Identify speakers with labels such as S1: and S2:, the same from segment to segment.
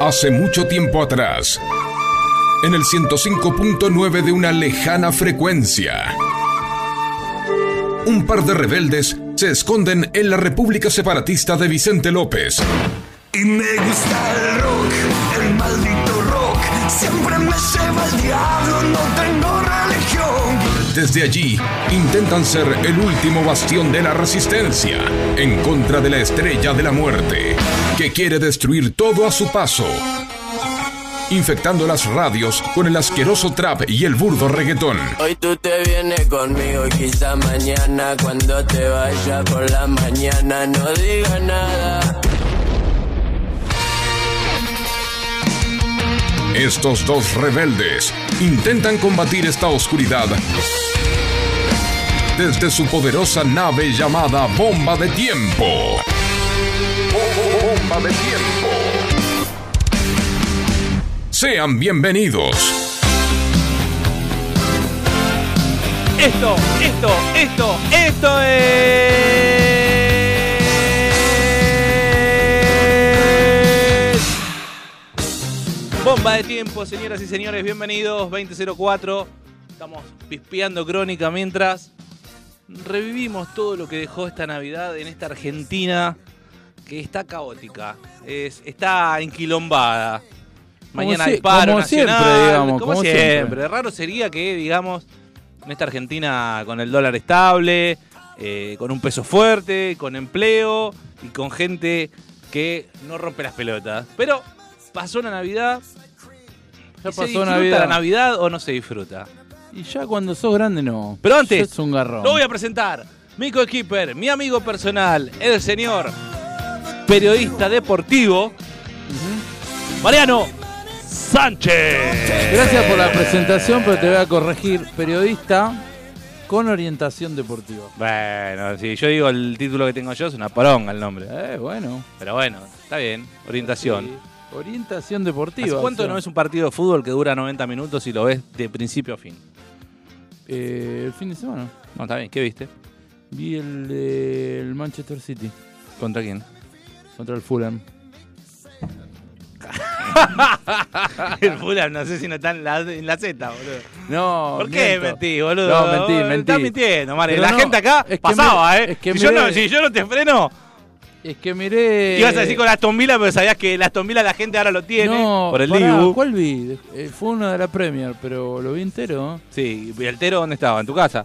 S1: Hace mucho tiempo atrás, en el 105.9 de una lejana frecuencia, un par de rebeldes se esconden en la República Separatista de Vicente López.
S2: Y me gusta el rock, el maldito rock. Siempre me lleva el diablo, no tengo religión.
S1: Desde allí, intentan ser el último bastión de la resistencia en contra de la estrella de la muerte, que quiere destruir todo a su paso, infectando las radios con el asqueroso trap y el burdo reggaetón.
S3: Hoy tú te vienes conmigo y quizá mañana cuando te vaya por la mañana no diga nada.
S1: Estos dos rebeldes intentan combatir esta oscuridad desde su poderosa nave llamada Bomba de Tiempo. Bomba de Tiempo. Sean bienvenidos.
S4: Esto, esto, esto, esto es. Bomba de tiempo, señoras y señores, bienvenidos. 2004. Estamos pispeando crónica mientras revivimos todo lo que dejó esta Navidad en esta Argentina que está caótica, es, está enquilombada. Mañana
S5: si-
S4: hay paro
S5: como
S4: nacional,
S5: siempre, digamos,
S4: como,
S5: como
S4: siempre.
S5: siempre.
S4: Raro sería que, digamos, en esta Argentina con el dólar estable, eh, con un peso fuerte, con empleo y con gente que no rompe las pelotas. Pero pasó la Navidad.
S5: Ya
S4: ¿y ¿Se
S5: pasó
S4: disfruta
S5: Navidad.
S4: la Navidad o no se disfruta?
S5: Y ya cuando sos grande no.
S4: Pero antes,
S5: Es un garrón.
S4: Lo voy a presentar. Mi coequiper, mi amigo personal, el señor periodista deportivo, Mariano Sánchez.
S5: Gracias por la presentación, pero te voy a corregir. Periodista con orientación deportiva.
S4: Bueno, si yo digo el título que tengo yo, es una poronga el nombre.
S5: Eh, bueno.
S4: Pero bueno, está bien. Orientación.
S5: Sí, Orientación deportiva.
S4: ¿Hace cuánto no es un partido de fútbol que dura 90 minutos y lo ves de principio a fin?
S5: eh, el fin de semana.
S4: No, está bien. ¿Qué viste?
S5: Vi el del Manchester City
S4: ¿Contra quién?
S5: contra el Fulham.
S4: el Fulham, no sé si no está en la, en la Z, boludo.
S5: No.
S4: ¿Por qué
S5: miento.
S4: mentí, boludo?
S5: No, mentí, mentí.
S4: Estás mintiendo, Mari.
S5: Pero
S4: La
S5: no,
S4: gente acá
S5: es que
S4: pasaba,
S5: miré-
S4: ¿eh?
S5: es que
S4: si, yo no,
S5: miré-
S4: si yo no te freno,
S5: Es que miré.
S4: ibas a decir con la Aston Villa, pero sabías que la Aston Villa la gente ahora lo tiene.
S5: No,
S4: por el
S5: pará,
S4: Dibu.
S5: ¿Cuál vi? Eh, fue uno de la Premier, pero lo vi entero.
S4: Sí, ¿y el Tero dónde estaba? ¿En tu casa?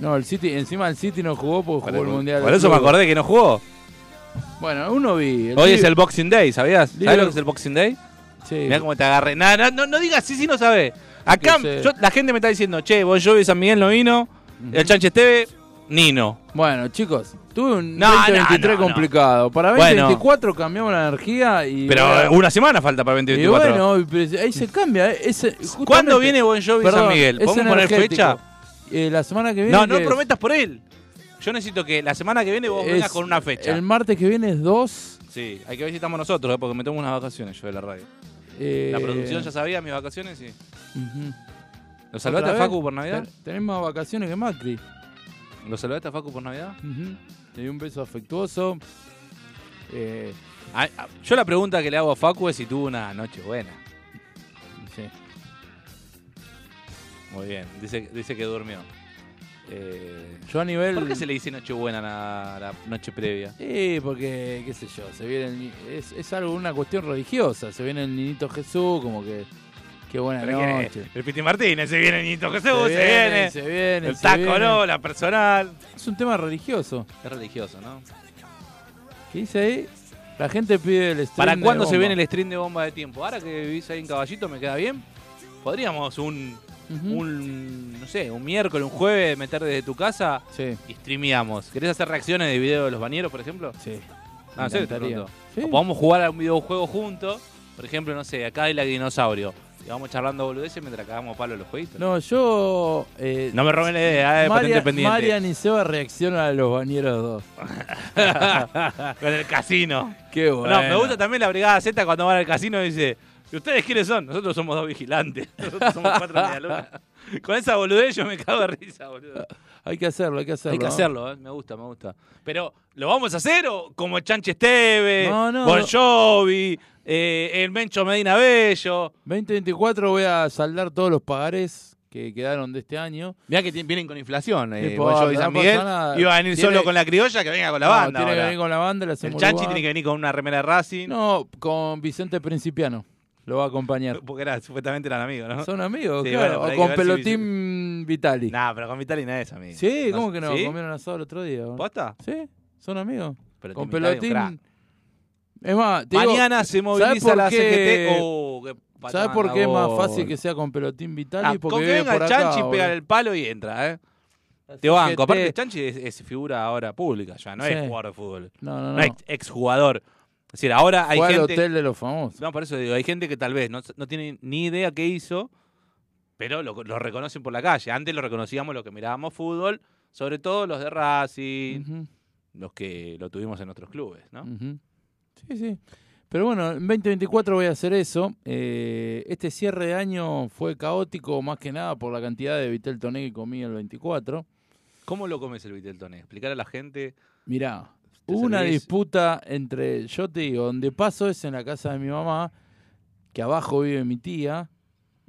S5: No, el City, encima el City no jugó porque jugó el Mundial.
S4: por
S5: de
S4: eso me
S5: Clubes.
S4: acordé que no jugó.
S5: Bueno, uno vi.
S4: Hoy es
S5: Liv-
S4: el Boxing Day, ¿sabías? ¿Sabés
S5: Liverpool-
S4: lo que es el Boxing Day?
S5: Sí.
S4: Mirá cómo te agarré. Nah, nah, no, no digas sí, sí, no sabés. Acá
S5: Yo qué sé.
S4: yo- la gente me está diciendo, che, vos yo San Miguel no vino, el Chanche Esteve, Nino.
S5: Bueno, chicos, tuve un
S4: No,
S5: 2023
S4: no, no.
S5: complicado. Para
S4: Bueno.
S5: 2024 cambiamos la energía y.
S4: Pero eh,
S5: bueno,
S4: una semana falta para el
S5: y
S4: 2024.
S5: bueno, pero ahí se cambia. eh, ese- justamente-
S4: ¿Cuándo viene Bon Jovi
S5: Perdón,
S4: San Miguel?
S5: es
S4: ¿Podemos poner
S5: energético.
S4: fecha?
S5: Eh, la semana que viene.
S4: No, no
S5: que
S4: prometas por él. Yo necesito que la semana que viene vos
S5: es-
S4: vengas con una fecha.
S5: El martes que viene es 2.
S4: Sí, hay que ver si estamos nosotros, eh, porque me tomo unas vacaciones yo de la radio.
S5: eh,
S4: La producción ya sabía mis vacaciones y.
S5: ujú.
S4: ¿Lo salvaste
S5: ¿Otra
S4: a
S5: vez?
S4: Facu por Navidad?
S5: Ten- Tenemos vacaciones que Macri.
S4: ¿Lo salvaste a Facu por Navidad?
S5: Ujú. Le di un beso afectuoso. Eh,
S4: A- a- Ah, yo la pregunta que le hago a Facu es si tuvo una noche buena.
S5: sí.
S4: Muy bien, dice, dice que durmió. Eh,
S5: Yo a nivel.
S4: ¿Por qué se le dice noche buena a la, la noche previa?
S5: Sí, porque, qué sé yo, se viene el ni- es, es algo, una cuestión religiosa, se viene el niñito Jesús, como que, qué buena noche.
S4: El Piti Martínez se viene, Nito Jesús,
S5: se viene, se viene.
S4: la personal.
S5: Es un tema religioso.
S4: Es religioso, ¿no?
S5: ¿Qué dice ahí? La gente pide el stream
S4: ¿Para
S5: de
S4: cuándo se
S5: bomba.
S4: viene el stream de bomba de tiempo? Ahora que vivís ahí en Caballito, ¿me queda bien? Podríamos un,
S5: Ujú.
S4: un, no sé, un miércoles, un jueves, meter desde tu casa
S5: Sí,
S4: y streameamos. ¿Querés hacer reacciones de video de los bañeros, por ejemplo?
S5: sí.
S4: No, en
S5: Me
S4: Ah, serio te
S5: encantaría.
S4: pregunto.
S5: Sí.
S4: O podamos jugar a un videojuego juntos. Por ejemplo, no sé, acá hay la dinosaurio. Y vamos charlando boludeces mientras cagamos a palo los jueguitos.
S5: No, yo... Eh,
S4: No me roben la idea, eh,
S5: Maria-
S4: patente pendiente.
S5: Marian y Seba reaccionan a los bañeros 2.
S4: Ah, Con el casino.
S5: Qué bueno.
S4: No, me gusta también la brigada Z cuando van al casino y dice, ¿Y ustedes quiénes son? Nosotros somos dos vigilantes. Nosotros somos cuatro medialunas. Con esa boludez yo me cago de risa, boludo.
S5: Hay que hacerlo, hay que hacerlo.
S4: Hay que
S5: ¿no?
S4: hacerlo, ¿eh? me gusta, me gusta. Pero, ¿lo vamos a hacer o como Chanche Esteve,
S5: No, no,
S4: Bon
S5: no.
S4: Jovi, eh, el Mencho Medina Bello?
S5: 2024 voy a saldar todos los pagarés que quedaron de este año.
S6: Mirá que ti- vienen con inflación. Eh,
S5: importa,
S6: Bon Jovi
S5: no
S6: San
S5: pasa
S6: Miguel.
S5: nada.
S4: Iba a venir
S5: Tiene-
S4: solo con la criolla, que venga con la
S5: No,
S4: banda.
S5: tiene que
S4: ahora.
S5: venir con la banda, la
S4: El
S5: hacemos
S4: Chanchi
S5: lugar.
S4: tiene que venir con una remera de Racing.
S5: No, con Vicente Principiano. Lo va a acompañar.
S4: Porque era, supuestamente eran amigos, ¿no?
S5: Son amigos,
S4: Ah. Sí, bueno,
S5: claro.
S4: pero hay
S5: o
S4: que
S5: con
S4: ver si
S5: Pelotín Vitali.
S4: Nah, pero con Vitali no es amigo.
S5: Sí, ¿cómo que no?
S4: ¿Sí?
S5: Comieron asado el otro día. boludo.
S4: ¿Posta?
S5: Sí, son amigos.
S4: Pelotín
S5: con
S4: Vitali, un
S5: Pelotín. Es más, te digo,
S4: Mañana se moviliza
S5: por
S4: la
S5: qué-
S4: CGT. Oh, qué
S5: ¿sabes
S4: patada
S5: por qué es más
S4: vos.
S5: fácil que sea con Pelotín Vitali?
S4: Ah,
S5: porque
S4: con que
S5: vive
S4: venga
S5: por
S4: el
S5: acá,
S4: Chanchi,
S5: boludo.
S4: pega el palo y entra, ¿eh?
S5: Así
S4: Te banco.
S5: que
S4: Aparte,
S5: te-
S4: el Chanchi es, es figura ahora pública ya, no
S5: Sí.
S4: es jugador de fútbol.
S5: No, no,
S4: No,
S5: no.
S4: es exjugador. Es decir, ahora hay
S5: Fue al
S4: gente.
S5: hotel de los famosos.
S4: No, por eso digo, hay gente que tal vez no, no tiene ni idea qué hizo, pero lo, lo reconocen por la calle. Antes lo reconocíamos los que mirábamos fútbol, sobre todo los de Racing,
S5: Ujú,
S4: los que lo tuvimos en otros clubes, ¿no?
S5: ujú. Sí, sí. Pero bueno, en 2024 voy a hacer eso. Eh, este cierre de año fue caótico, más que nada por la cantidad de Vitel Toné que comí el 24.
S4: ¿Cómo lo comes el Viteltoné? Explicar a la gente.
S5: Mirá,
S4: Te
S5: hubo una
S4: servís.
S5: disputa entre, yo te digo, donde paso es en la casa de mi mamá, que abajo vive mi tía,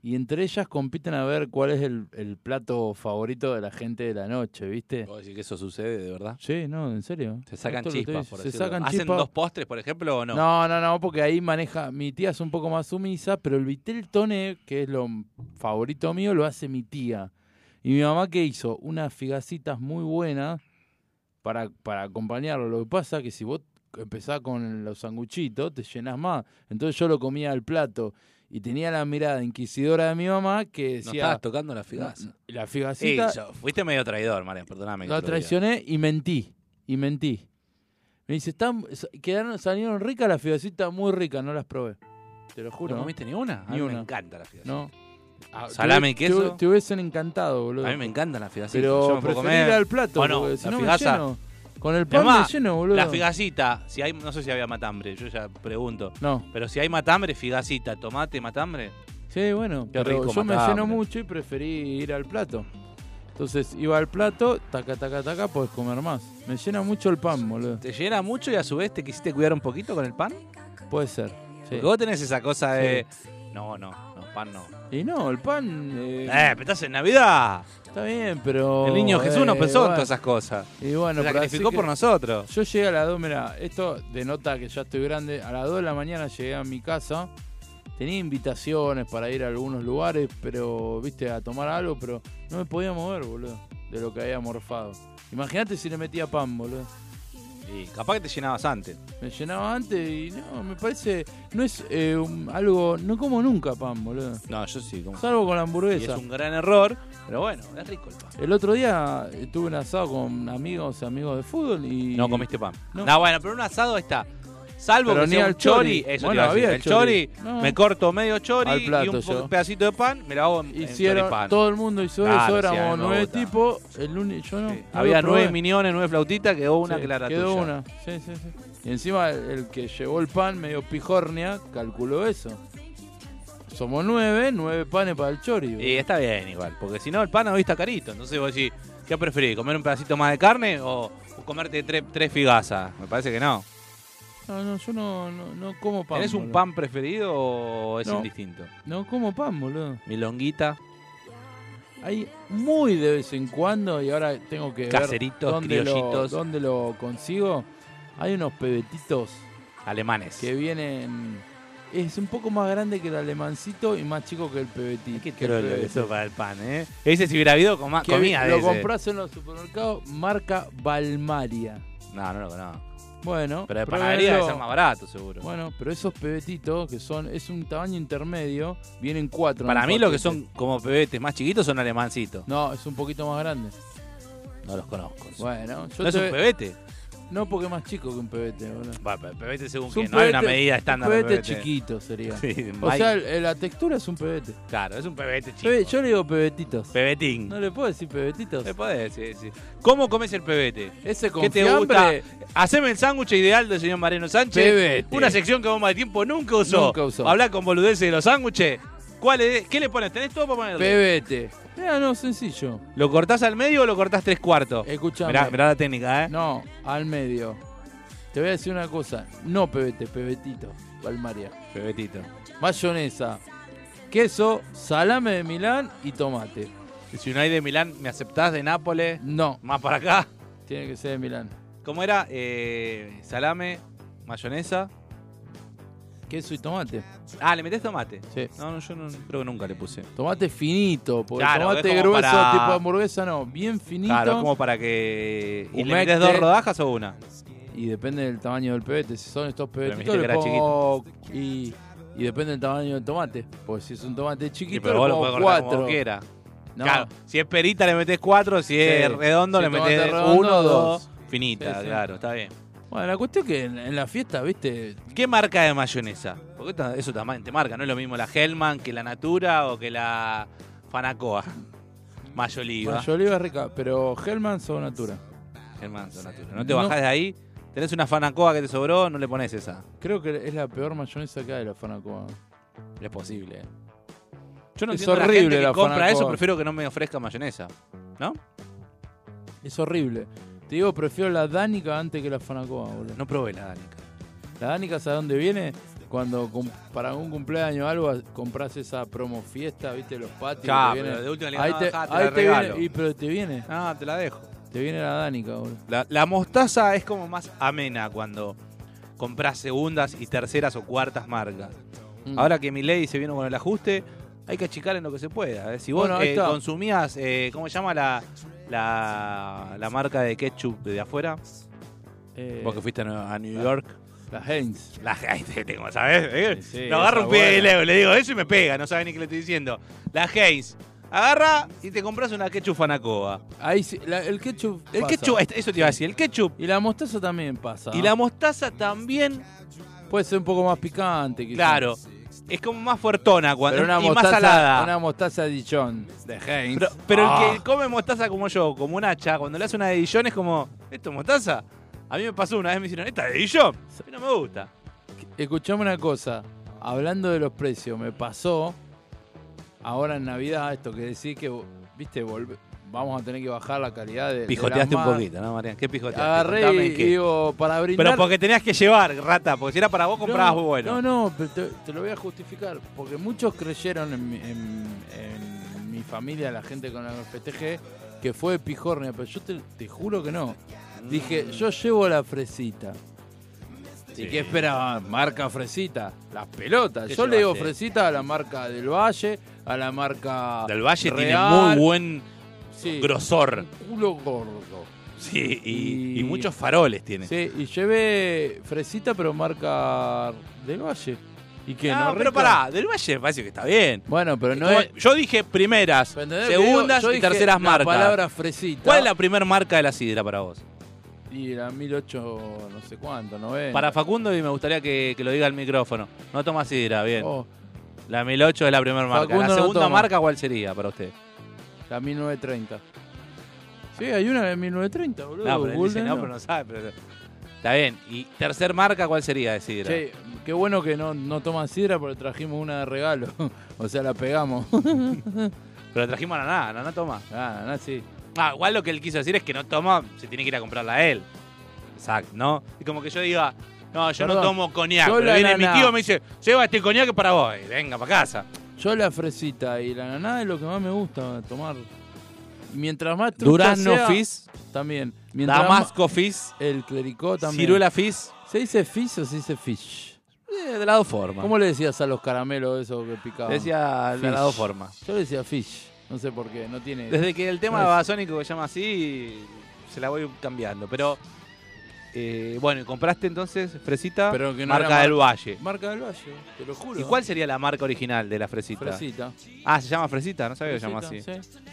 S5: y entre ellas compiten a ver cuál es el, el plato favorito de la gente de la noche, ¿viste?
S6: ¿Puedo decir que eso sucede de verdad?
S5: Sí, no, en serio.
S6: Se sacan
S5: Esto lo estoy
S6: chispas, por
S5: diciendo. Se
S6: decirlo.
S5: sacan
S4: ¿Hacen
S5: chispas.
S4: dos postres, por ejemplo, o no?
S5: No, no, no, porque ahí maneja, mi tía es un poco más sumisa, pero el vitel toné, que es lo favorito mío, lo hace mi tía. Y mi mamá que hizo unas figacitas muy buenas para, para acompañarlo. Lo que pasa que si vos empezás con los sanguchitos, te llenas más. Entonces yo lo comía al plato y tenía la mirada inquisidora de mi mamá que
S6: No
S5: decía,
S6: estabas tocando la
S5: "No,
S6: figaza.
S5: la
S4: Sí,
S5: figacita
S4: yo- fuiste medio traidor, Marian, perdóname. que te
S5: la
S4: lo diga.
S5: traicioné y mentí. Y mentí. Me dice, están, sa- quedaron, salieron ricas las figacitas, muy ricas, no las probé. Te lo juro.
S6: ¿No
S5: ¿no?
S6: comiste ni una? a
S5: Ni
S6: mí
S5: una.
S6: me encanta la figaza.
S5: No. Ah, te
S4: Salame
S5: hubie-
S4: y queso.
S5: Te, hub- te hubiesen encantado, boludo.
S6: A mí me encantan las figacitas.
S5: Pero
S4: yo me puedo
S5: preferí ir
S4: comer.
S5: al plato,
S4: O no,
S5: porque si
S4: la
S5: no me
S4: figaza.
S5: lleno. Con el pan
S4: Además,
S5: me lleno, boludo.
S4: La figacita, si hay, no sé si había matambre, yo ya pregunto.
S5: No.
S4: Pero si hay matambre, figacita, tomate, matambre.
S5: Sí, bueno.
S6: Qué
S5: pero
S6: rico
S5: yo me
S6: matambre.
S5: lleno mucho y preferí ir al plato. Entonces iba al plato, taca, taca, taca, podés comer más. Me llena mucho el pan, boludo.
S4: ¿Te llena mucho y a su vez te quisiste cuidar un poquito con el pan?
S5: Puede ser. sí.
S4: Porque vos tenés esa cosa de. No, no, no, pan no.
S5: Y no, el pan. eh,
S4: ¡Eh, pero estás en Navidad!
S5: Está bien, pero.
S4: el niño Jesús no
S5: eh,
S4: pensó en
S5: bueno.
S4: todas esas cosas.
S5: Y bueno,
S4: Se
S5: pero así
S4: sacrificó
S5: que-
S4: por nosotros.
S5: Yo llegué a las 2, mira, esto denota que ya estoy grande. A las 2 de la mañana llegué a mi casa. Tenía invitaciones para ir a algunos lugares, pero, viste, a tomar algo, pero no me podía mover, boludo, de lo que había morfado. Imagínate si le metía pan, boludo.
S4: Y capaz que te llenabas antes.
S5: Me llenaba antes y no, me parece. No es eh, un- algo. No como nunca pan, boludo.
S6: No, yo sí. como-
S5: Salvo con la
S4: Y es
S5: hamburguesa.
S4: un gran error, pero bueno, es rico el pan.
S5: El otro día eh, tuve un asado con amigos, amigos de fútbol y.
S4: No comiste pan. No,
S5: No.
S4: bueno, pero un asado está. Salvo
S5: Pero
S4: que
S5: ni
S4: sea
S5: al
S4: un chori,
S5: chori.
S4: eso
S5: Bueno,
S4: te iba a decir.
S5: había
S4: El chori,
S5: chori. No.
S4: me corto medio
S5: Al
S4: chori y
S5: plato
S4: un po-
S5: yo.
S4: pedacito de pan, me lo hago en,
S5: Hicieron,
S4: pan.
S5: todo el mundo hizo
S4: Claro,
S5: eso,
S4: sí,
S5: éramos
S4: a mí me
S5: nueve
S4: gusta.
S5: tipos, el lunes yo no. no
S4: Había
S5: lo
S4: nueve
S5: probé.
S4: miniones, nueve flautitas, quedó una
S5: Sí,
S4: que era la
S5: Quedó
S4: tuya.
S5: una, sí, sí, sí. Y encima el, el que llevó el pan, medio pijornia, calculó eso. Somos nueve, nueve panes para el chori. boludo.
S4: Y está bien igual, porque si no el pan hoy está carito. Entonces vos decís, ¿qué preferís? ¿Comer un pedacito más de carne o, o comerte tres, tres figazas? Me parece que no.
S5: No, no, yo no, no, no como pan.
S4: ¿Tenés un
S5: boludo.
S4: pan preferido o es
S5: No.
S4: indistinto?
S5: No como pan, boludo.
S4: Milonguita,
S5: Hay muy de vez en cuando, y ahora tengo que
S4: Caseritos,
S5: ver dónde lo,
S4: criollitos.
S5: dónde lo consigo. Hay unos pebetitos
S4: alemanes.
S5: que vienen. Es un poco más grande que el alemancito y más chico que el pebetito.
S4: Qué
S5: que el
S4: trolo
S5: pebete.
S4: eso para el pan, ¿eh? Ese si hubiera habido coma,
S5: Que
S4: comía de
S5: lo
S4: ese.
S5: compras en los supermercados marca Balmaria.
S4: No, no lo conozco.
S5: Bueno,
S4: Pero de
S5: pruébenlo.
S4: panadería debe ser más barato, seguro.
S5: Bueno, pero esos pebetitos que son es un tamaño intermedio, vienen cuatro. en
S4: para
S5: un
S4: mí lo que
S5: paquete.
S4: son como pebetes más chiquitos son alemancitos.
S5: No, es un poquito más grande.
S4: No los conozco.
S5: Bueno, yo
S4: ¿No es
S5: te-
S4: un pebete?
S5: No, porque es más chico que un pebete, boludo.
S4: Va, pe- pebete según
S5: Es un
S4: que no hay una
S5: pebete-
S4: medida estándar.
S5: Un
S4: de
S5: pebete chiquito sería.
S4: Sí,
S5: O sea, el- la textura es un pebete.
S4: claro, es un pebete chico.
S5: Pebe- yo le digo pebetitos.
S4: Pebetín.
S5: No le puedo decir pebetitos.
S4: Me podés decir, sí. ¿Cómo comes el pebete?
S5: Ese con
S4: ¿Qué te gusta?
S5: fiambre,
S4: Haceme el sándwich ideal del señor Mariano Sánchez.
S5: Pebete.
S4: Una sección que Bomba de Tiempo nunca usó.
S5: Nunca usó.
S4: Hablar con boludeces de los sándwiches. ¿Cuál es? ¿Qué le pones? ¿Tenés todo para ponerle?
S5: pebete. Mira, no, sencillo.
S4: ¿Lo cortás al medio o lo cortás tres cuartos?
S5: Escuchame.
S4: Mirá, mirá la técnica, ¿eh?
S5: No, al medio. Te voy a decir una cosa. No pebete, pebetito. Palmaria.
S7: Pebetito.
S5: Mayonesa. Queso, salame de Milán y tomate.
S4: Si no hay de Milán, ¿me aceptás de Nápoles?
S5: No,
S4: Más para acá.
S5: tiene que ser de Milán.
S4: ¿Cómo era? Eh, salame, mayonesa.
S5: Queso y tomate.
S4: Ah, ¿le metés tomate?
S5: Sí.
S4: No, no, yo no, creo que nunca le puse.
S5: Tomate finito, porque
S4: Claro,
S5: tomate
S4: es como
S5: grueso
S4: para-
S5: tipo hamburguesa no, bien finito.
S4: Claro, como para que... ¿Y le
S5: Humecte.
S4: metés dos rodajas o una?
S5: Y depende del tamaño del pebete. Si son estos
S4: me
S5: pebetitos,
S4: dijiste que
S5: le
S4: era
S5: pongo... Y, y depende del tamaño del tomate. Porque si es un tomate
S4: Sí,
S5: chiquito,
S4: pero vos
S5: le
S4: lo
S5: pongo
S4: podés cortar
S5: cuatro.
S4: como quieras.
S5: No,
S4: Claro, si es perita le metes cuatro, si es
S5: Sí.
S4: redondo
S5: Si
S4: le
S5: tomate
S4: metes
S5: redondo,
S4: uno,
S5: dos.
S4: dos. Finita,
S5: Sí, sí.
S4: claro, está bien.
S5: Bueno, la cuestión que en, en la fiesta, viste,
S4: ¿Qué marca de mayonesa? Porque esta- eso también te marca, no es lo mismo la Hellman que la Natura o que la Fanacoa. Mayoliva.
S5: Mayo oliva es rica, pero Hellman o Natura.
S4: Hellman, son Natura. No te
S5: No.
S4: bajás de ahí, tenés una Fanacoa que te sobró, no le pones esa.
S5: Creo que es la peor mayonesa que hay de la Fanacoa.
S7: Es posible.
S4: Yo no
S5: Es
S4: entiendo a la
S5: horrible
S4: gente que
S5: la
S4: compra
S5: Fanacoa.
S4: eso, prefiero que no me ofrezca mayonesa.
S5: Es horrible. Te digo, prefiero la Dánica antes que la Fanacoa, boludo.
S4: No probé la Danica.
S5: La Dánica, ¿sabes dónde viene? Cuando cum- para un cumpleaños o algo compras esa promo fiesta, viste, los patios.
S4: Ya,
S5: que vienen.
S4: pero de última le digo,
S5: ahí
S4: no,
S5: te,
S4: dejá, te
S5: ahí
S4: la
S5: te viene,
S4: regalo.
S5: y, pero te viene,
S4: Ah, te la dejo.
S5: te viene la Dánica, boludo.
S4: La, la mostaza es como más amena cuando compras segundas y terceras o cuartas marcas.
S5: Mm.
S4: Ahora que mi ley se vino con el ajuste, hay que achicar en lo que se pueda. ¿eh? Si vos
S5: Bueno, ahí
S4: eh,
S5: está.
S4: consumías, eh, ¿cómo se llama la, la, la marca de ketchup de afuera?
S5: Eh,
S7: Vos que fuiste a Nueva- a New
S4: New
S7: York.
S4: York.
S5: la Heinz.
S4: La ahí te tengo, ¿sabes? ¿Eh?
S5: Sí, sí,
S4: Lo agarra
S5: esa
S4: un pibe de
S5: buena.
S4: Leo, le digo eso y me pega, no sabe ni qué le estoy diciendo. La Hayes. Agarra y te compras una ketchup fanacoa.
S5: Ahí sí, la- el ketchup.
S4: El
S5: pasa.
S4: ketchup, este, eso te iba a decir, el ketchup
S5: Y la mostaza también pasa.
S4: y la mostaza también
S5: Puede ser un poco más picante, quizás.
S4: Claro. Es como más fuertona cuando,
S5: Pero una
S4: y
S5: mostaza,
S4: más salada.
S5: Una mostaza Dijon. De Heinz.
S4: Pero, pero el
S7: Ah.
S4: que come mostaza como yo, como un hacha, cuando le hace una de Dijon es como, ¿esto es mostaza? A mí me pasó una vez, me hicieron, ¿esta es de Dijon? A mí no me gusta.
S5: Escuchame una cosa. Hablando de los precios, me pasó ahora en Navidad esto que decís que, viste, volve- vamos a tener que bajar la calidad de. de
S7: Pijoteaste
S5: las
S7: un
S5: mar-
S7: poquito, ¿no, Marian? ¿Qué pijoteaste?
S5: Agarré
S7: Contame
S5: y
S7: en qué.
S5: digo, para brindar.
S4: Pero porque tenías que llevar, rata, porque si era para vos
S5: No,
S4: comprabas vos bueno.
S5: No, no, pero te, te lo voy a justificar. Porque muchos creyeron en mi, en- en mi familia, la gente con la que festejé, que fue de pijornia, pero yo te, te juro que no.
S4: Mm.
S5: Dije, yo llevo la fresita. ¿Y qué esperaba? Marca fresita. Las pelotas.
S4: ¿Qué
S5: Yo le digo
S4: llevaste?
S5: fresita a la marca del Valle, a la marca.
S4: Del Valle
S5: Real,
S4: tiene muy buen
S5: sí,
S4: grosor.
S5: culo gordo.
S4: Sí,
S5: y-
S4: y,
S5: y muchos
S4: muchos faroles tiene.
S5: Sí, y llevé fresita, pero marca del Valle. ¿Y qué?
S4: no,
S5: ¿No
S4: pero
S5: rica?
S4: pará, del Valle me parece que está bien.
S5: Bueno, pero no
S4: Como-
S5: es.
S4: Yo dije primeras,
S5: ¿Pero entendés lo que
S4: segundas
S5: digo? Yo
S4: y
S5: dije
S4: terceras
S5: La
S4: marcas.
S5: palabra fresita.
S4: ¿Cuál es la primera marca de la sidra para vos?
S5: Y la 1800, no sé cuánto, 90.
S4: Para Facundo y me gustaría que, que lo diga al micrófono. No toma sidra, bien.
S5: Oh,
S4: La 1008 es la primera marca.
S5: Facundo
S4: ¿La
S5: no
S4: segunda
S5: toma. Uh,
S4: marca cuál sería para usted?
S5: la 1930. Sí, hay una de 1930, boludo.
S4: No, pero él dice
S5: Golden,
S4: no, pero no sabe. pero- Está bien. ¿Y tercer marca cuál sería de sidra?
S5: Che, qué bueno que no, no toman sidra porque trajimos una de regalo. o sea, la pegamos.
S4: Pero trajimos a Naná, Naná toma.
S5: ah, no, sí.
S4: Ah, igual lo que él quiso decir es que no toma, se tiene que ir a comprarla a él. Exacto, ¿no? Y como que yo diga, no, yo
S5: Perdón.
S4: no tomo coñac.
S5: Yo la
S4: Pero viene
S5: Naná.
S4: mi tío y me dice, lleva este coñac para vos. Y venga, para casa.
S5: Yo la fresita y la naná es lo que más me gusta tomar. Y mientras más trucha
S4: Durazno
S5: sea,
S4: Fizz,
S5: También. Mientras más
S4: Damasco Fizz,
S5: el clericó también.
S4: Ciruela Fizz.
S5: ¿Se dice fish o se dice fish?
S4: eh, de las dos formas.
S5: ¿Cómo le decías a los caramelos esos que picaban?
S4: Decía de
S5: Fish.
S4: las dos formas.
S5: Yo le decía fish. No sé por qué. No tiene...
S4: Desde que el tema
S5: No es-
S4: basónico se llama así, se la voy cambiando. Pero, eh, bueno, y compraste entonces fresita,
S5: Pero que no
S4: marca
S5: era
S4: del Valle.
S5: Marca del Valle, te lo juro.
S4: ¿Y cuál sería la marca original de la fresita?
S5: Fresita.
S4: Ah, se llama fresita, no sabía que se llama así.
S5: Fresita, sí.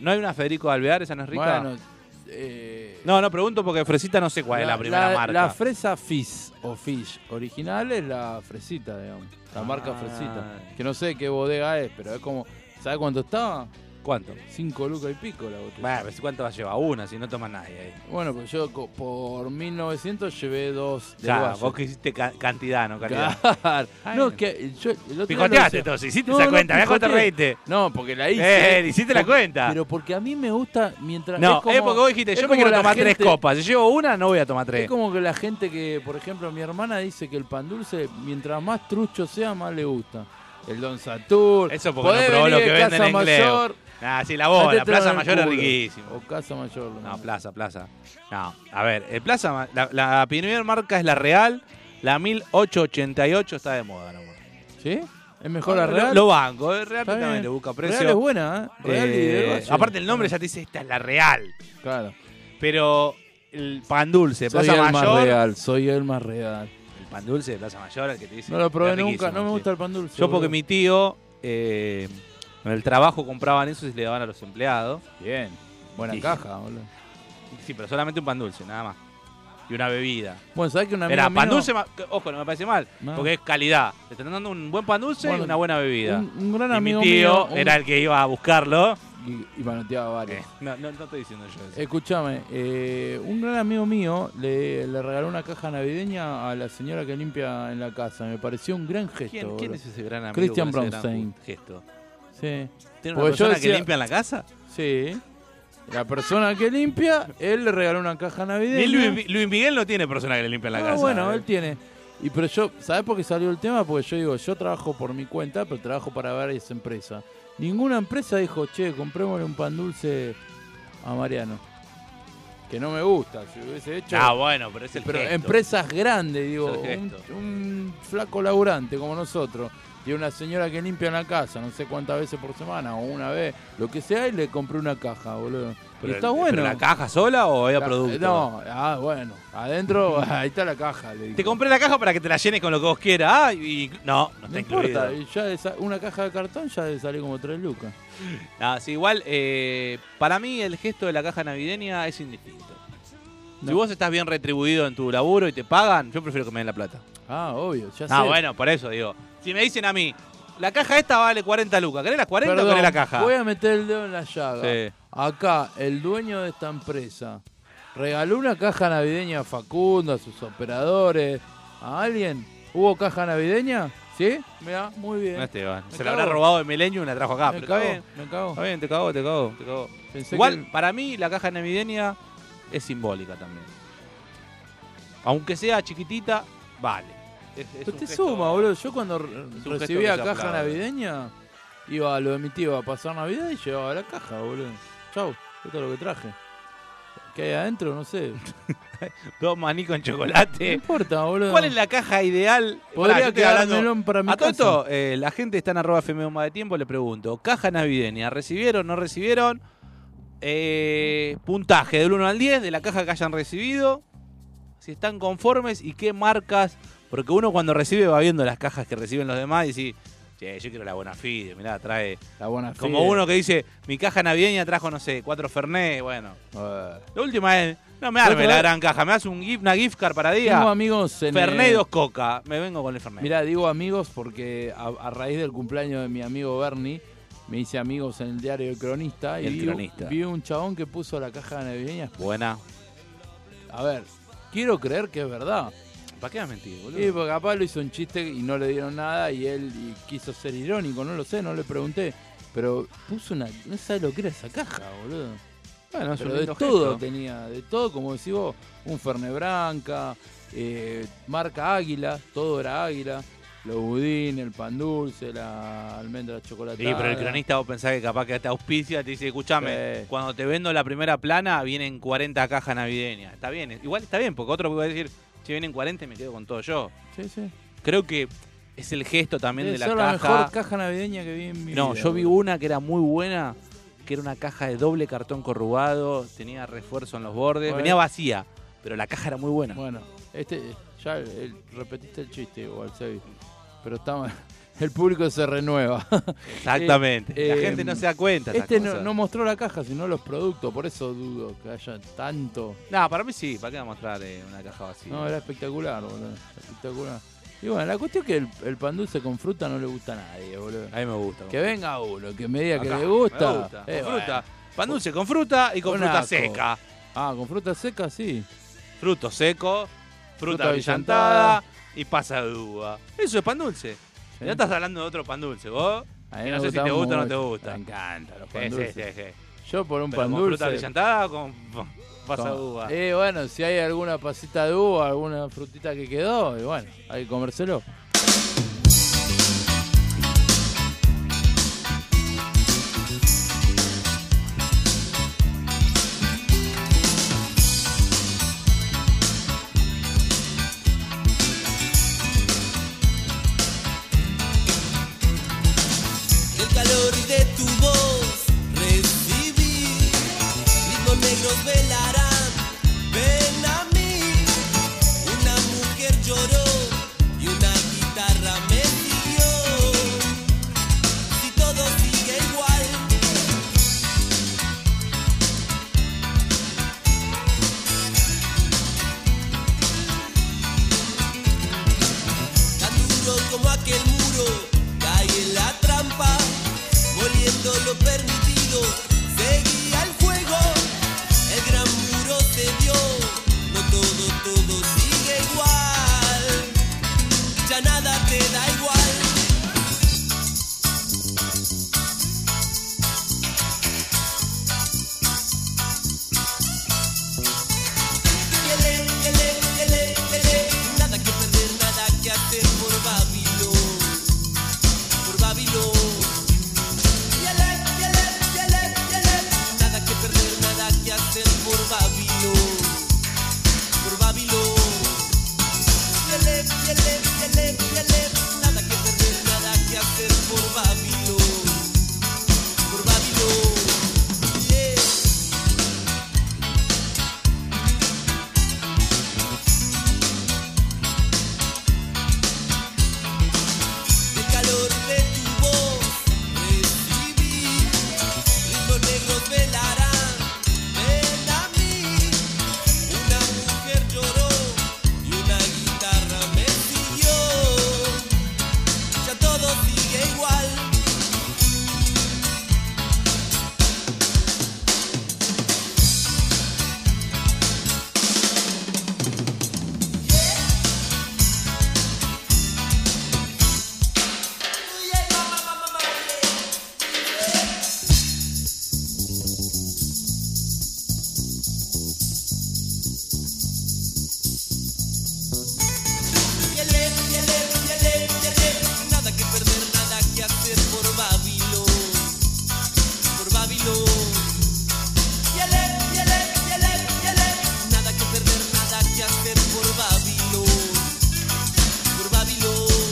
S4: ¿No hay una Federico Alvear, esa no es rica?
S5: Bueno, eh,
S8: No, no pregunto porque Fresita no sé cuál es la primera marca.
S5: la fresa Fizz o Fish original es la fresita, digamos. La
S4: Ah.
S5: marca fresita. Que no sé qué bodega es, pero es como. ¿Sabes cuánto estaba?
S4: ¿Cuánto?
S5: Cinco lucas y pico la botella.
S4: Bueno, pues, ¿cuánto va a llevar? Una, si no toma nadie ahí.
S5: Bueno, pues yo co- por 1900 llevé dos de
S4: Ya,
S5: guaso.
S4: vos que hiciste ca- cantidad, no calidad.
S5: Claro.
S4: Ay,
S5: No,
S4: no.
S5: es que yo el otro día lo
S4: Picoteaste
S5: decía.
S4: entonces, hiciste
S5: No,
S4: esa
S5: no
S4: cuenta, mirá cuánto
S5: picoteé.
S4: reíste.
S5: No, porque la hice.
S4: Eh, hiciste la
S5: Porque-
S4: cuenta.
S5: Pero porque a mí me gusta mientras.
S4: no, es,
S5: como-
S4: porque vos dijiste,
S5: es
S4: yo me
S5: como
S4: quiero
S5: la
S4: tomar tres
S5: gente-
S4: copas. Si llevo una, no voy a tomar
S5: Es
S4: tres.
S5: como que la gente que, por ejemplo, mi hermana dice que el pan dulce, mientras más trucho sea, más le gusta. El Don Satur.
S4: Eso porque
S5: podés
S4: no probó lo
S5: venir
S4: que
S5: de
S4: venden
S5: Casa
S4: en inglés.
S5: Mayor,
S4: Ah, sí, la bola, la
S5: metértelo
S4: Plaza
S5: en el
S4: Mayor es
S5: culo.
S4: riquísimo.
S5: O Casa Mayor. lo
S4: No,
S5: mismo.
S4: Plaza, Plaza. No, a ver, el Plaza, Ma- la, la primera marca es la Real, la 1888 está de moda nomás.
S5: ¿Sí? ¿Es mejor la
S4: Oh, Lo-
S5: Real?
S4: Lo banco, eh, Real
S5: Está bien.
S4: también le busca precio.
S5: Real es buena, ¿eh? Real y
S4: Eh,
S5: de Valle.
S4: aparte el nombre ya te dice, esta es la Real.
S5: Claro.
S4: Pero el pan dulce, de
S5: Soy
S4: Plaza
S5: el más
S4: Mayor.
S5: real, soy el más real.
S4: El pan dulce de Plaza Mayor, el que te dice.
S5: No lo probé
S4: es riquísimo,
S5: nunca, no me
S4: sí.
S5: gusta el pan dulce.
S4: Yo porque
S5: boludo.
S4: mi tío, eh, en el trabajo compraban eso y se le daban a los empleados.
S5: Bien. Buena
S4: Sí.
S5: caja, boludo.
S4: Sí, pero solamente un pan dulce, nada más. Y una bebida.
S5: Bueno, ¿sabes que una amigo
S4: Era pan
S5: mío-
S4: dulce, ma- que- ojo, no me parece mal,
S5: No.
S4: porque es calidad. Te están dando un buen pan dulce
S5: Bueno,
S4: y una buena bebida.
S5: Un, un gran
S4: y mi
S5: amigo
S4: tío
S5: mío, un-
S4: era el que iba a buscarlo.
S5: y, y manoteaba varios.
S4: Eh, No, no, no estoy diciendo yo eso.
S5: Escúchame, eh, un gran amigo mío le, le regaló una caja navideña a la señora que limpia en la casa. Me pareció un gran gesto.
S4: ¿Quién,
S5: boludo.
S4: quién es ese gran amigo?
S5: Christian
S4: con ese gran
S5: Bronstein.
S4: Gesto.
S5: Sí,
S4: ¿Tiene una
S5: Porque yo
S4: persona que
S5: decía-
S4: limpia en la casa?
S5: sí. La persona que limpia, él le regaló una caja
S4: Ni
S5: navideña.
S4: Luis, Luis Miguel no tiene persona que le limpia en la
S5: Ah,
S4: casa. eh.
S5: bueno, él tiene. Y pero yo, ¿sabes por qué salió el tema? Porque yo digo, yo trabajo por mi cuenta, pero trabajo para varias empresas. Ninguna empresa dijo, che, comprémosle un pan dulce a Mariano. Que no me gusta, si hubiese hecho.
S4: Ah, bueno, pero es el
S5: pero
S4: gesto.
S5: empresas grandes, digo,
S4: Es el
S5: un,
S4: gesto.
S5: un flaco laburante como nosotros, y una señora que limpia en la casa, no sé cuántas veces por semana, o una vez, lo que sea, y le compré una caja, boludo. Y
S4: Pero-
S5: está
S4: pero
S5: bueno.
S4: ¿La caja sola o había
S5: La-
S4: producto?
S5: No, ah, bueno. Adentro, ahí está la caja. Le digo.
S4: Te compré la caja para que te la llenes con lo que vos quieras. Ah, y no, no
S5: No
S4: está incluido.
S5: importa, ya de sa- una caja de cartón ya debe salir como tres lucas.
S4: Ah, sí, igual, eh, para mí el gesto de la caja navideña es indistinto. Si
S5: No.
S4: vos estás bien retribuido en tu laburo y te pagan, yo prefiero que me den la plata.
S5: Ah, obvio, ya sé.
S4: Ah, bueno, por eso digo. Si me dicen a mí, la caja esta vale 40 lucas, ¿querés las 40 o
S5: Perdón,
S4: querés la caja?
S5: Voy a meter el dedo en la llaga.
S4: Sí.
S5: Acá, el dueño de esta empresa regaló una caja navideña a Facundo, a sus operadores, a alguien. ¿Hubo caja navideña? ¿Sí? Mira, muy bien.
S4: No, Esteban.
S5: Me
S4: Se la
S5: cago.
S4: habrá robado de Milenio y la trajo acá.
S5: me
S4: pero está
S5: cago,
S4: bien.
S5: me cago.
S4: Está bien, te cago, te cago, te cago.
S5: Pensé
S4: Igual,
S5: que-
S4: para mí, la caja navideña es simbólica también. Aunque sea chiquitita, vale. Es, es
S5: Pero
S4: un
S5: Pues te
S4: gesto-
S5: suma, boludo. Yo cuando re-
S4: gesto que
S5: recibía
S4: se
S5: caja
S4: aplaude.
S5: navideña, iba a lo de mi tío a pasar Navidad y llevaba la caja, boludo. Chau, esto es lo que traje. ¿Qué hay adentro? No sé.
S4: Dos maní con
S5: No
S4: chocolate.
S5: importa, boludo.
S4: ¿Cuál es la caja ideal? Pará, yo
S5: Podría
S4: estoy
S5: quedar
S4: hablando-
S5: melón para mi
S4: A todo
S5: casa.
S4: esto, eh, la gente está en arroba FM bomba de tiempo, le pregunto, caja navideña, ¿recibieron, no recibieron? Eh, puntaje del 1 al 10 de la caja que hayan recibido, si están conformes y qué marcas, porque uno cuando recibe va viendo las cajas que reciben los demás y dice, che, yo quiero la buena fide, mirá, trae,
S5: La buena
S4: como
S5: fe.
S4: uno que dice, mi caja navideña trajo, no sé, cuatro Fernet, bueno.
S5: Eh.
S4: La última es, no me arme
S5: Otra
S4: la
S5: vez-
S4: gran caja, me hace un gift, una gift card para día.
S5: Tengo amigos en.
S4: Fernet y
S5: eh,
S4: dos coca. Me vengo con el Fernet.
S5: Mirá, digo amigos porque a, a raíz del cumpleaños de mi amigo Bernie, me hice amigos en el diario El Cronista y
S4: El
S5: vi,
S4: Cronista.
S5: vi un chabón que puso la caja navideña.
S4: Buena.
S5: A ver, quiero creer que es verdad.
S4: ¿Para qué vas a mentir, boludo?
S5: Y porque capaz lo hizo un chiste y no le dieron nada y él y quiso ser irónico, no lo sé, no le pregunté. Pero puso una. No sabe lo que era esa caja, boludo.
S4: bueno,
S5: Pero de todo tenía, de todo, como decís vos, un Ferne Branca, eh, marca Águila, todo era Águila, los budín, el pan dulce, la almendra chocolatada.
S4: Sí, pero el cronista vos pensás que capaz que te auspicia, te dice, escuchame,
S5: Sí.
S4: cuando te vendo la primera plana vienen 40 cajas navideñas. Está bien, igual está bien, porque otro puede decir, si vienen 40 me quedo con todo yo.
S5: Sí, sí.
S4: Creo que es el gesto también
S5: Debe
S4: de la
S5: ser
S4: caja.
S5: la mejor caja navideña que vi en mi
S4: No,
S5: vida,
S4: yo vi
S5: boludo.
S4: una que era muy buena, que era una caja de doble cartón corrugado, tenía refuerzo en los bordes,
S5: Bueno.
S4: venía vacía, pero la caja era muy buena.
S5: eh, Bueno, este, ya el- el- repetiste el chiste igual, Sebi. Pero está mal. el público se renueva.
S4: Exactamente.
S5: Eh,
S4: la
S5: eh,
S4: gente no se da cuenta. de esas
S5: Este no,
S4: cosas.
S5: no mostró la caja, sino los productos, por eso dudo que haya tanto.
S4: No, para mí sí. ¿Para qué va a mostrar eh, una caja vacía?
S5: No, era espectacular, boludo. Espectacular. Y bueno, la cuestión es que el, el pan dulce con fruta no le gusta a nadie, boludo.
S4: a mí me gusta.
S5: Que venga uno, que me diga
S4: Acá,
S5: que le
S4: me
S5: gusta.
S4: gusta.
S5: Eh,
S4: con
S5: bueno.
S4: fruta. Pan dulce con fruta y con
S5: Un
S4: fruta
S5: asco.
S4: seca.
S5: Ah, con fruta seca sí.
S4: Fruto seco, fruta,
S5: Fruta
S4: brillantada y pasa de uva. Eso es pan dulce.
S5: Sí.
S4: Ya estás hablando de otro pan dulce, vos.
S5: A mí
S4: Que
S5: me
S4: no sé si te gusta o no te
S5: mucho.
S4: gusta.
S5: Me encanta los pan
S4: Sí, sí,
S5: dulces.
S4: sí, sí.
S5: Yo por un
S4: Pero
S5: pan
S4: con
S5: dulce.
S4: fruta brillantada o con con pasa de
S5: con-
S4: uva.
S5: Eh, bueno, si hay alguna pasita de uva, alguna frutita que quedó, y bueno, hay que comérselo.
S9: El calor de tu voz recibí, ritmos negros velarán, ven a mí. Una mujer lloró y una guitarra me pidió. Si todo sigue igual. Tan duro como aquel muro, caí en la trampa, volviendo lo permitido, seguía el juego, el gran muro se dio, no todo, todo sigue igual, ya nada te da igual. Ele, ele, ele, ele, nada que perder, nada que hacer por Babilón, por Babilón. Ele, ele, ele, ele, nada que perder, nada que hacer por Babilón, por Babilón. Ele, ele, ele, ele, nada que perder, nada que hacer por Babilón, por Babilón. Yeah. El calor de tu voz recibí, ritmos negros velarán, ven a mí. Una mujer lloró y una guitarra me siguió, ya todo sigue igual. Yele, yele, yele, yele, nada que perder, nada que hacer por Babilón, por Babilón. Yele, yele, yele, yele, nada que perder, nada que hacer por Babilón, por Babilón.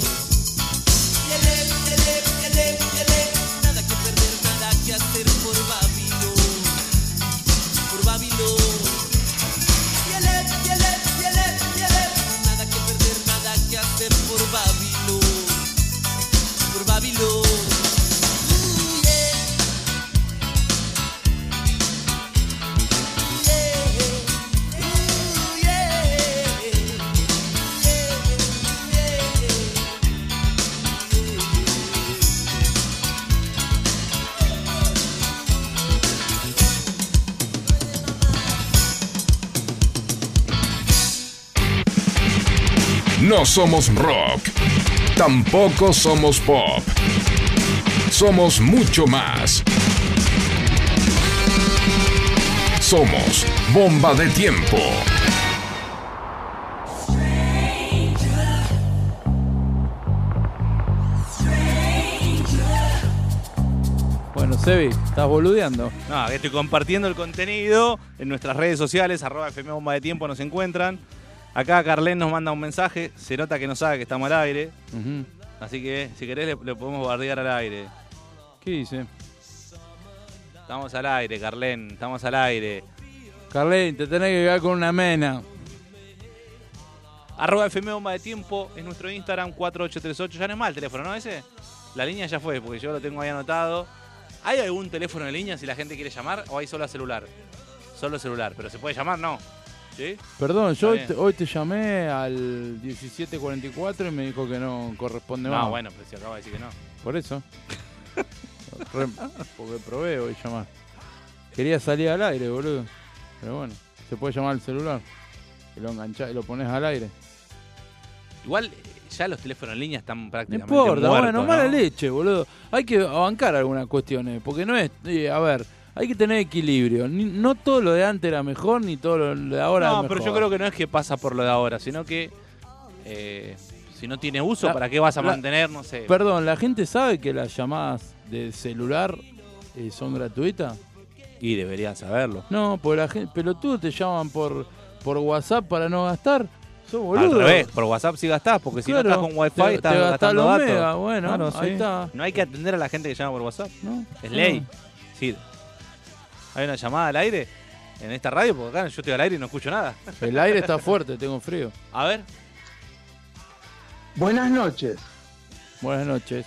S9: Yele, yele, yele, yele, nada que perder, nada que hacer por Babilón, por Babilón. Yele, yele, yele, yele, nada que perder, nada que hacer por Babilón, por Babilón. Uh, yeah. Yeah. Uh, yeah. eh. Yeah, yeah, yeah.
S1: No somos rock. Tampoco somos pop. Somos mucho más. Somos bomba de tiempo.
S5: Bueno, Sebi, estás boludeando.
S4: No, que estoy compartiendo el contenido en nuestras redes sociales, arroba FM Bomba de Tiempo nos encuentran. Acá Carlén nos manda un mensaje, se nota que no sabe que estamos al aire,
S5: Ujú.
S4: así que si querés le, le podemos bardear al aire.
S5: ¿Qué dice?
S4: Estamos al aire, Carlén, estamos al aire.
S5: Carlín, te tenés que quedar con una mena.
S4: Arroba FM Bomba de Tiempo es nuestro Instagram 4838. Ya no es mal el teléfono, ¿no? Ese. La línea ya fue, porque yo lo tengo ahí anotado. ¿Hay algún teléfono en línea si la gente quiere llamar o hay solo a celular? Solo celular, pero se puede llamar, no. ¿Sí?
S5: Perdón, yo hoy
S4: bien.
S5: te, hoy te llamé al 1744 y me dijo que no corresponde
S4: No,
S5: más.
S4: Ah, bueno, pero si acaba de decir que no.
S5: Por eso. Re- porque probé hoy llamar. Quería salir al aire, boludo. Pero bueno, se puede llamar al celular. Y lo enganchás y lo pones al aire.
S4: Igual eh, ya los teléfonos en línea están
S5: No
S4: prácticamente
S5: importa,
S4: muertos,
S5: bueno,
S4: ¿no?
S5: mala leche, boludo. Hay que bancar algunas cuestiones, porque no es, eh, a ver, hay que tener equilibrio. Ni- no todo lo de antes era mejor, ni todo lo de ahora
S4: No,
S5: es
S4: pero yo
S5: mejor.
S4: creo que no es que pasa por lo de ahora, sino que eh, si no tiene uso,
S5: La-
S4: ¿para qué vas a
S5: la-
S4: mantener? No sé.
S5: Perdón, ¿la gente sabe que las llamadas de celular eh, son gratuitas?
S4: Y deberían saberlo.
S5: No, porque la gente, pelotudo te llaman por, por WhatsApp para no gastar. Sos boludo.
S4: Al revés, por WhatsApp sí gastás, porque si no
S5: Claro,
S4: estás con Wi-Fi
S5: te-
S4: estás
S5: te gastás
S4: gastando
S5: los
S4: datos.
S5: mega, bueno,
S4: Claro,
S5: ahí
S4: sí.
S5: está. Mm.
S4: No hay que atender a la gente que llama por WhatsApp.
S5: No,
S4: Es
S5: no.
S4: ley. Sí. Hay una llamada al aire en esta radio, porque acá yo estoy al aire y no escucho nada.
S5: El aire está fuerte, tengo frío.
S4: A ver,
S10: Buenas noches.
S5: Buenas noches.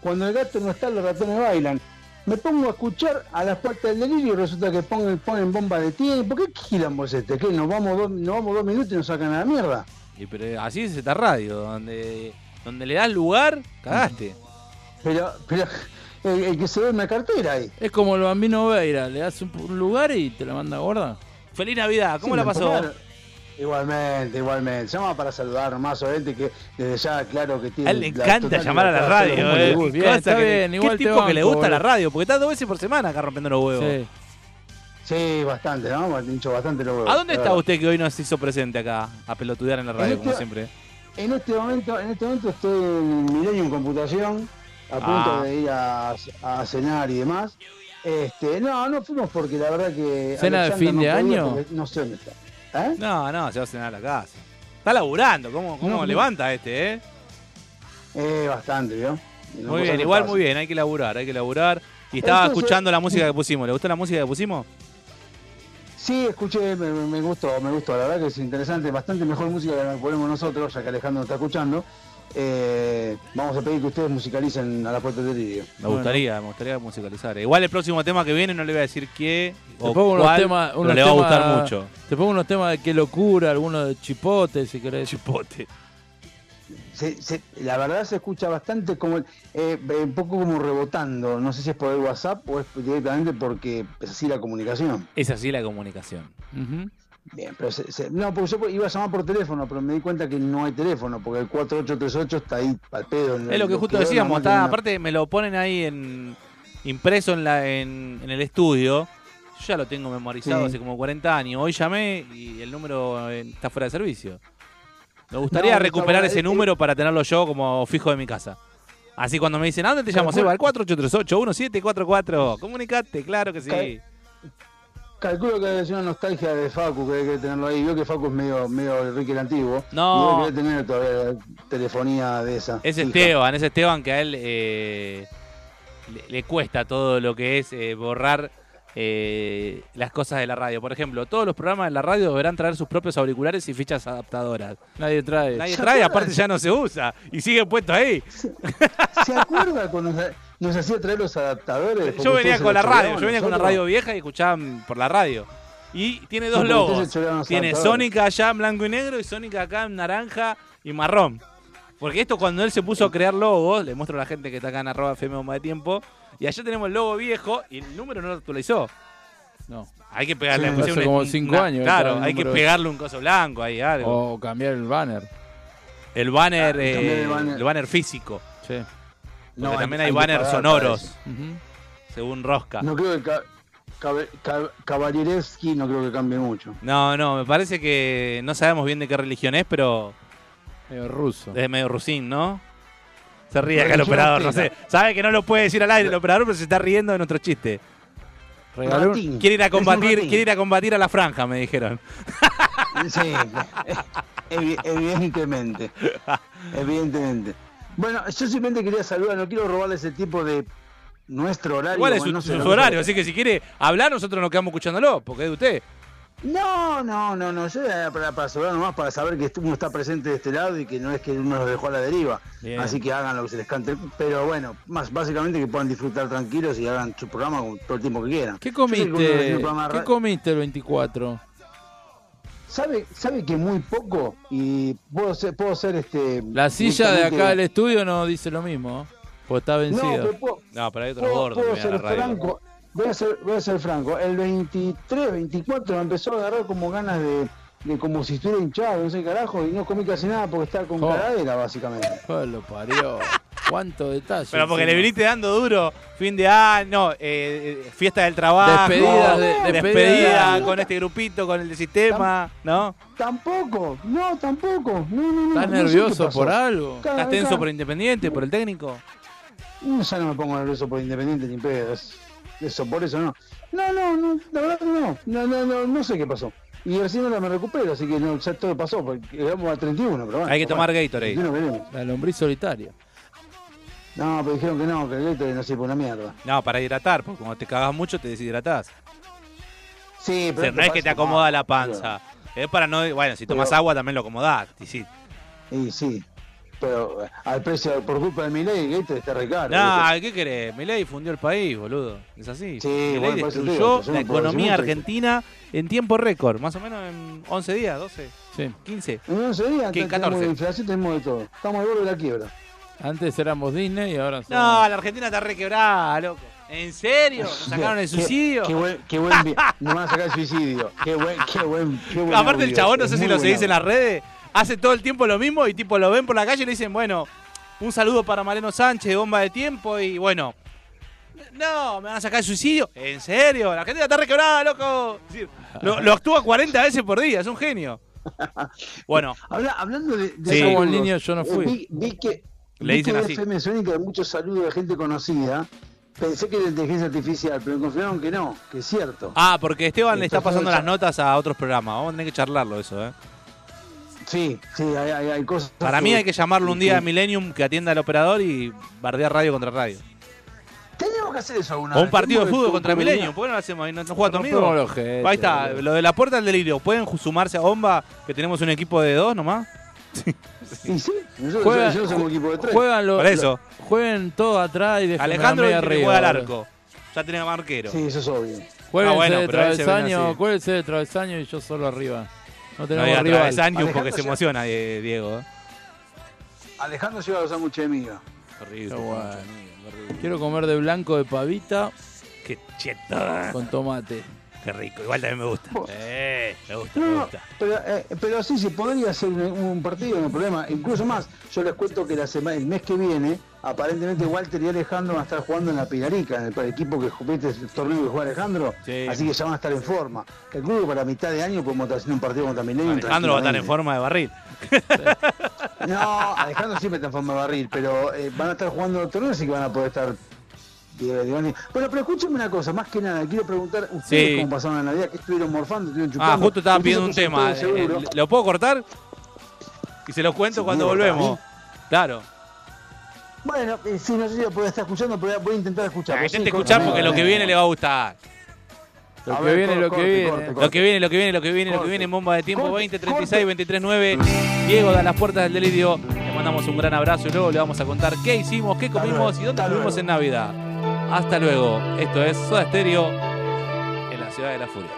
S10: Cuando el gato no está, los ratones bailan. Me pongo a escuchar a las puertas del delirio y resulta que pongan, ponen bomba de tiempo. ¿Qué quilombo es este? ¿Qué? Nos vamos, dos, nos vamos dos minutos y nos sacan a la mierda.
S4: y pero así es esta radio, donde, donde le das lugar, cagaste.
S10: Pero, pero el, el que se ve una cartera ahí.
S5: Es como el bambino Veira, le das un, un lugar y te la manda gorda.
S4: Feliz Navidad, ¿cómo
S10: Sí,
S4: la
S10: me
S4: pasó?
S10: empujaron. Igualmente, igualmente. Llamaba para saludar nomás, obviamente, que desde ya, claro que
S4: A
S10: tiene.
S4: él Ah, le
S10: la
S4: encanta
S10: total
S4: llamar a la
S10: libertad de
S4: radio,
S10: hacer lo que
S4: eh.
S10: le gusta.
S5: Bien,
S4: Cosa
S5: está
S4: que le-
S5: bien,
S4: qué
S5: igual te
S4: tipo que le
S5: banco,
S4: gusta la
S5: boludo.
S4: radio, porque está dos veces por semana acá rompiendo los huevos.
S5: Sí.
S10: Sí, bastante, ¿no? Hincho bastante lo
S4: ¿A dónde está usted que hoy nos hizo presente acá a pelotudear en la radio, como
S10: Este-
S4: siempre?
S10: En este momento, en este momento estoy en Millennium Computación, a punto
S4: Ah.
S10: de ir a, a cenar y demás. Este, no, no fuimos porque la verdad que.
S5: ¿Cena de
S10: Alexandra
S5: fin
S10: no
S5: de
S10: podía
S5: año?
S10: porque No sé dónde está. ¿Eh?
S4: No, no, se va a cenar a la casa. Está laburando, ¿cómo, cómo
S10: No,
S4: levanta este, eh?
S10: Eh, bastante, ¿vio?
S4: Muy bien, igual muy bien, hay que laburar, hay que laburar. Y estaba
S10: Entonces-
S4: escuchando la música que pusimos. ¿Le gustó la música que pusimos?
S10: Sí, escuché, me, me- me gustó, me gustó. La verdad que es interesante, bastante mejor música que la que ponemos nosotros, ya que Alejandro está escuchando. Eh, vamos a pedir que ustedes musicalicen a la puerta del vídeo.
S4: Me gustaría, me gustaría musicalizar. Igual el próximo tema que viene no le voy a decir qué
S5: Te
S4: o
S5: pongo unos
S4: cuál,
S5: temas.
S4: pero
S5: unos
S4: le va a
S5: temas-
S4: gustar mucho.
S5: Te pongo unos temas de qué locura, algunos de chipote, si querés.
S4: Chipote.
S10: se- se- la verdad se escucha bastante como eh, eh, un poco como rebotando no sé si es por el WhatsApp o es directamente porque es así la comunicación
S4: Es así la comunicación.
S5: Ujú.
S10: bien pero se- se- no porque yo iba a llamar por teléfono pero me di cuenta que no hay teléfono porque el 4838 está ahí al pedo en
S4: Es lo que
S10: los
S4: justo
S10: quilones,
S4: decíamos,
S10: no
S4: está,
S10: tiene-
S4: aparte me lo ponen ahí en impreso en, la, en, en el estudio. Yo ya lo tengo memorizado
S10: Sí.
S4: hace como 40 años. Hoy llamé y el número eh, está fuera de servicio. Me gustaría
S10: No,
S4: recuperar
S10: está
S4: ese
S10: bueno, eh,
S4: número para tenerlo yo como fijo de mi casa. Así cuando me dicen, ¿a dónde te llamo? Seba, al 4838-1744. Comunicate, claro que sí.
S10: calculo que debe ser una nostalgia de Facu que debe tenerlo ahí vio que Facu es medio medio Ricky el antiguo
S4: No.
S10: y debe tener todavía la telefonía de esa
S4: Es
S10: fija.
S4: Esteban, es Esteban que a él eh, le, le cuesta todo lo que es eh, borrar eh, las cosas de la radio. Por ejemplo, todos los programas de la radio deberán traer sus propios auriculares y fichas adaptadoras.
S5: Nadie trae.
S4: Nadie trae, aparte ya no se usa y sigue puesto ahí.
S10: ¿Se acuerda cuando nos, nos hacía traer los adaptadores? Porque
S4: Yo venía
S10: ustedes
S4: con
S10: se
S4: la
S10: los
S4: radio,
S10: choreaban,
S4: yo venía con una
S10: nosotros-
S4: radio vieja y escuchaban por la radio. Y tiene
S10: Sí,
S4: dos
S10: porque
S4: logos.
S10: ustedes se choreaban los
S4: Tiene
S10: adaptadores.
S4: Sónica allá en blanco y negro y Sónica acá en naranja y marrón. Porque esto cuando él se puso a crear logos, le muestro a la gente que está acá en arroba FM Bomba de tiempo, y allá tenemos el logo viejo y el número no lo actualizó.
S5: No.
S4: Hay que pegarle le
S5: Hace
S4: pusieron
S5: como cinco años que
S4: Claro,
S5: estaba el
S4: hay que
S5: número-
S4: pegarle un coso blanco ahí, algo.
S5: O cambiar el banner.
S4: El banner,
S10: Oh. Ah, cambiar
S4: eh,
S10: el banner.
S4: el banner físico.
S5: Sí.
S4: Porque
S10: hay-
S4: también hay,
S10: que
S4: banners
S10: pagar para eso.
S4: sonoros,
S5: Ujú.
S4: según Rosca.
S10: No creo que Ca- Cab- Cab- Caballereschi no creo que cambie mucho.
S4: No, no, me parece que no sabemos bien de qué religión es, pero
S5: Medio Eh, ruso.
S4: es medio rusín, ¿no? Se ríe acá el
S10: Religión
S4: operador, no sé.
S10: austera.
S4: Sabe que no lo puede decir al aire el operador, pero se está riendo de nuestro chiste.
S5: Regaló un-
S10: Ratín.
S4: Quiere ir a
S10: Es un
S4: combatir,
S10: ratín.
S4: quiere ir a combatir a la franja, me dijeron.
S10: Sí, evi- evidentemente. Evidentemente. Bueno, yo simplemente quería saludar, no quiero robarle ese tipo de nuestro horario.
S4: Igual es
S10: bueno,
S4: su,
S10: no sé
S4: su
S10: lo que-
S4: horario, así que si quiere hablar, nosotros nos quedamos escuchándolo, porque es de usted.
S10: No, no, no, no. Yo era para, para saludar nomás, para saber que uno está presente de este lado y que no es que uno los dejó a la deriva.
S5: Bien.
S10: Así que hagan lo que se les cante. Pero bueno, más básicamente que puedan disfrutar tranquilos y hagan su programa con todo el tiempo que quieran.
S5: ¿Qué
S10: Yo sé que uno recibe
S5: comiste?
S10: un programa de
S5: ¿Qué
S10: ra-
S5: comiste el 24?
S10: ¿Sabe, sabe que muy poco y puedo ser, puedo ser este.
S5: La silla de
S10: justamente-
S5: acá del estudio no dice lo mismo, ¿eh? porque está
S10: No,
S5: vencida.
S10: pero puedo,
S4: No, pero hay otro
S10: puedo-
S4: gordo
S10: puedo
S4: que viene a
S10: ser
S4: la radio.
S10: franco. Voy a ser, voy a ser franco. El 23, 24 me empezó a agarrar como ganas de, de como si estuviera hinchado, no sé carajo, y no comí casi nada porque estaba con
S5: Oh.
S10: caradera, básicamente.
S5: Ah, lo parió. Cuánto detalle.
S4: Pero porque le
S5: encima.
S4: viniste dando duro, fin de año, no, eh, eh, fiesta del trabajo,
S5: Despedidas de-
S4: despedida,
S5: despedida.
S4: con este grupito, con el sistema, ¿no?
S10: Tampoco, no, tampoco. No, no, no,
S5: ¿Estás
S10: no sé qué
S5: nervioso
S10: pasó.
S5: por algo?
S10: Cada
S4: ¿Estás
S10: vez
S4: tenso
S10: cada-
S4: por Independiente, por el técnico?
S10: No, ya no me pongo nervioso por Independiente ni pedo. es- Eso, por eso no. No, no, no, la verdad que no. No, no, no, no sé qué pasó. Y recién ahora me recupero, así que no, ya todo pasó, porque llegamos a 31, pero bueno.
S4: Hay que tomar Gatorade.
S10: 31 veremos.
S5: La lombriz solitaria.
S10: No, pero dijeron que no, que el Gatorade no sirve pues una mierda.
S4: No, para hidratar, porque cuando te cagas mucho te deshidratás.
S10: Sí,
S4: O sea, no es que te acomoda la panza. Es para no. Bueno, si tomas
S10: Pero-
S4: agua también lo acomodás. Y sí.
S10: Y sí, pero eh, al precio, por culpa de mi ley, el Gatorade está re caro.
S4: Nah,
S10: ¿viste?
S4: ¿qué querés? Milei fundió el país, boludo. Es así.
S10: Sí,
S4: Milei
S10: bueno, por eso te digo,
S4: destruyó
S10: yo no
S4: la
S10: puedo decir
S4: economía
S10: mucho, ¿viste?
S4: argentina en tiempo récord. Más o menos en 11 días, 12,
S5: Sí.
S4: 15.
S10: En 11 días
S4: ¿Qué,
S10: entonces, tenemos
S4: 14?
S10: inflación, tenemos de todo. Estamos al borde de la quiebra.
S5: Antes éramos Disney y ahora somos.
S4: No, la Argentina está requebrada, loco. ¿En serio? ¿Nos sacaron el
S10: Qué-
S4: suicidio?
S10: Qué, buen, qué buen vi- Nos van a sacar el suicidio. Qué buen, qué buen, qué buen
S4: Aparte, el
S10: audio.
S4: chabón, no
S10: Es
S4: sé si
S10: muy
S4: lo
S10: buen
S4: seguís en
S10: audio.
S4: las redes, hace todo el tiempo lo mismo y tipo lo ven por la calle y le dicen, bueno, un saludo para Mariano Sánchez, bomba de tiempo y bueno. No, me van a sacar el suicidio. ¿En serio? La Argentina está requebrada, loco. Es decir, Lo, lo actúa 40 veces por día, es un genio. Bueno,
S10: Habla- hablando de, de
S4: Sí.
S5: Como el niño, yo no
S10: eh,
S5: fui.
S10: Vi, vi que
S4: Le
S10: vi
S4: dicen
S10: que
S4: así.
S10: FM Sónica de muchos saludos de gente conocida. Pensé que era inteligencia artificial, pero me confirmaron que no, que es cierto.
S4: ah, porque Esteban le está
S10: Entonces,
S4: pasando las
S10: ya-
S4: notas a otros programas. Vamos a tener que charlarlo eso, ¿eh?
S10: Sí, sí, hay, hay- hay cosas.
S4: Para mí hay que llamarlo un día a Millennium que atienda al operador y bardear radio contra radio.
S10: Tenemos que hacer eso alguna
S4: O
S10: vez.
S4: un partido de
S10: Tenemos
S4: fútbol
S10: que-
S4: contra
S10: que-
S4: Milenio. ¿Por qué no lo hacemos? ahí? ¿No, no juega tu
S5: Rompemos
S4: amigo?
S5: los jetes,
S4: Ahí está,
S5: boludo.
S4: lo de la puerta del delirio. ¿Pueden ju- sumarse a Bomba, que tenemos un equipo de dos nomás?
S10: Y sí, nosotros,
S5: Juega-
S10: nosotros somos un equipo de tres.
S5: Juegan los.
S4: Por eso.
S5: lo- juegan todo atrás y dejan
S4: Alejandro es
S5: la media
S4: el que
S5: arriba.
S4: juega al
S5: boludo.
S4: arco. Ya tenés marquero.
S10: Sí, eso es obvio.
S5: Cuélguense
S4: Ah, bueno,
S5: de
S4: pero él se ven
S5: travesaño,
S4: así.
S5: cuélguense de travesaño y yo solo arriba. No
S4: No
S5: tenemos
S4: digas
S5: rival.
S4: travesaño porque
S10: Alejandro
S4: se
S10: ya-
S4: emociona, eh, Diego. eh.
S10: Alejandro lleva los sándwiches de miga.
S5: Qué bueno. Quiero comer de blanco de pavita
S4: Qué cheto. eh.
S5: con tomate.
S4: Qué rico. Igual también me gusta.
S10: Vos.
S4: Eh, me gusta, me
S10: No,
S4: gusta.
S10: pero, eh, pero sí, se podría hacer un, un partido, no hay problema. Incluso más, yo les cuento que la sema- el mes que viene, aparentemente Walter y Alejandro van a estar jugando en la Pilarica, en el, el equipo que viste el torneo que juega Alejandro.
S4: Sí.
S10: Así que ya van a estar en forma. Calculo que para mitad de año podemos estar haciendo un partido contra Milenio.
S4: Alejandro va a estar en
S10: tranquilamente.
S4: forma de barril.
S10: No, Alejandro siempre está en forma de barril, pero eh, van a estar jugando el torneo, así que van a poder estar. eh, digamos, Bueno, pero escúchame una cosa, más que nada, quiero preguntar ustedes
S4: Sí.
S10: cómo pasaron la Navidad, qué estuvieron morfando, estuvieron chupando.
S4: Ah, justo estaba
S10: Ustedes
S4: pidiendo un
S10: escuchan
S4: tema.
S10: ustedes
S4: Eh,
S10: seguro.
S4: ¿Lo puedo cortar? Y se los cuento
S10: Sí,
S4: cuando
S10: puedo cortar.
S4: volvemos. Claro.
S10: Bueno, eh, sí, no sé si lo podés estar escuchando, pero voy a intentar escuchar.
S4: Ah, Intente escuchar porque lo que viene le va a gustar.
S5: Lo que viene, lo que viene.
S4: Lo que viene, lo que viene, lo que viene, lo que
S10: Corte.
S4: viene en bomba de tiempo
S10: Corte,
S4: 20, 36, 23, 9. Diego da las puertas del delirio. Le mandamos un gran abrazo y luego le vamos a contar qué hicimos, qué
S10: Hasta
S4: comimos
S10: luego,
S4: y dónde
S10: hasta
S4: estuvimos
S10: luego.
S4: en Navidad. Hasta luego. Esto es Soda Stereo en la ciudad de la furia.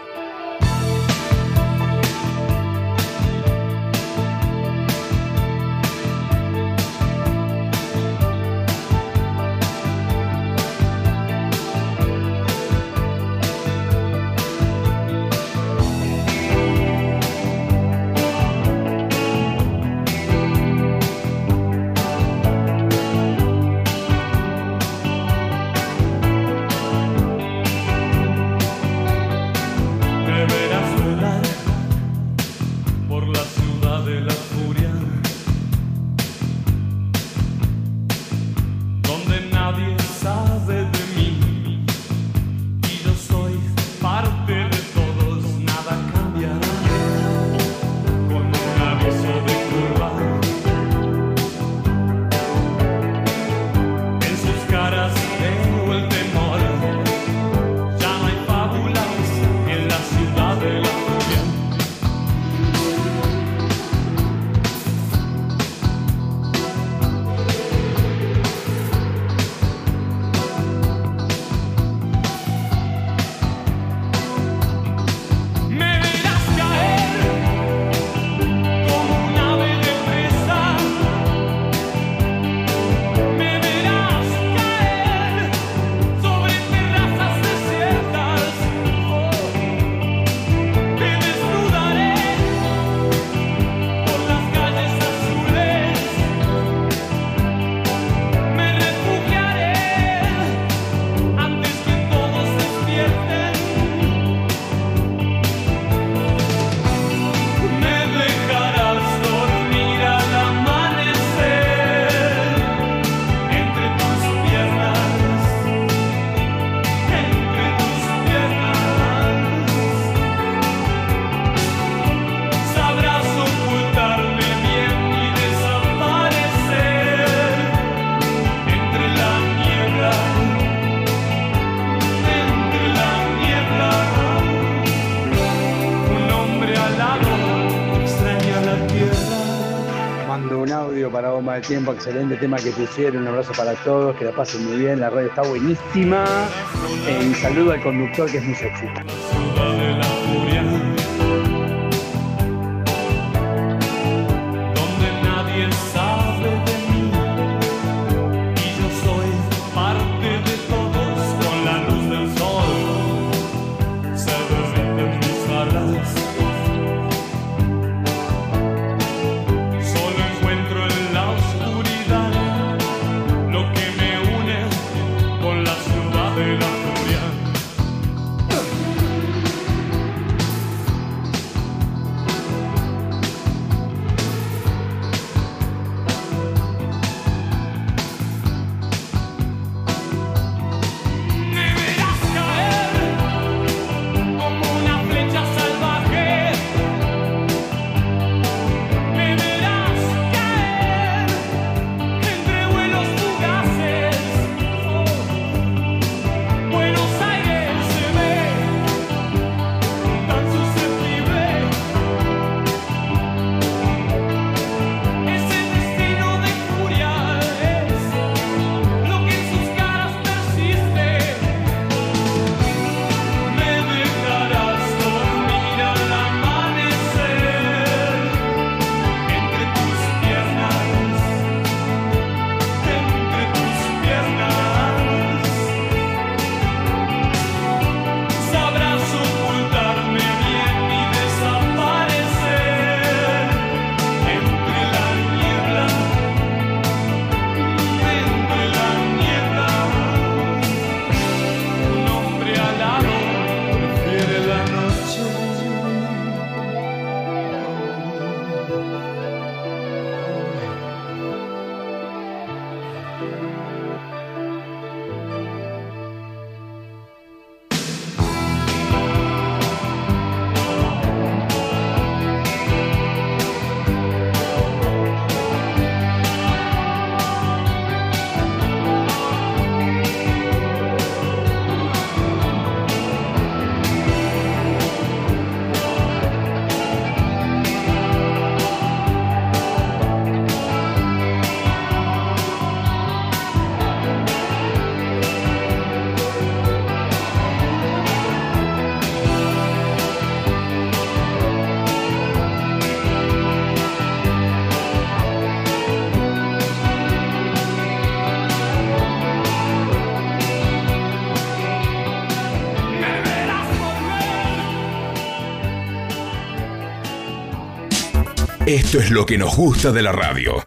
S10: mando un audio para Bomba de Tiempo, excelente tema que pusieron, un abrazo para todos, que la pasen muy bien, la red está buenísima. Eh, y saludo al conductor que es muy sexy.
S11: de la furia, donde nadie sabe de mí y yo soy parte de todos con la luz del sol. Se derriten mis alas, solo encuentro en la oscuridad lo que me une con la ciudad de la furia. Me verás caer como una flecha salvaje. Me verás caer entre vuelos fugaces. Oh, Buenos Aires se ve tan susceptible. Ese destino de furia es lo que en sus caras persiste. Me dejarás dormir al amanecer entre tus piernas, entre tus piernas. Sabrás ocultarme bien y desaparecer entre la niebla, entre la niebla. Un hombre alado prefiere la noche.
S1: Esto es lo que nos gusta de la radio.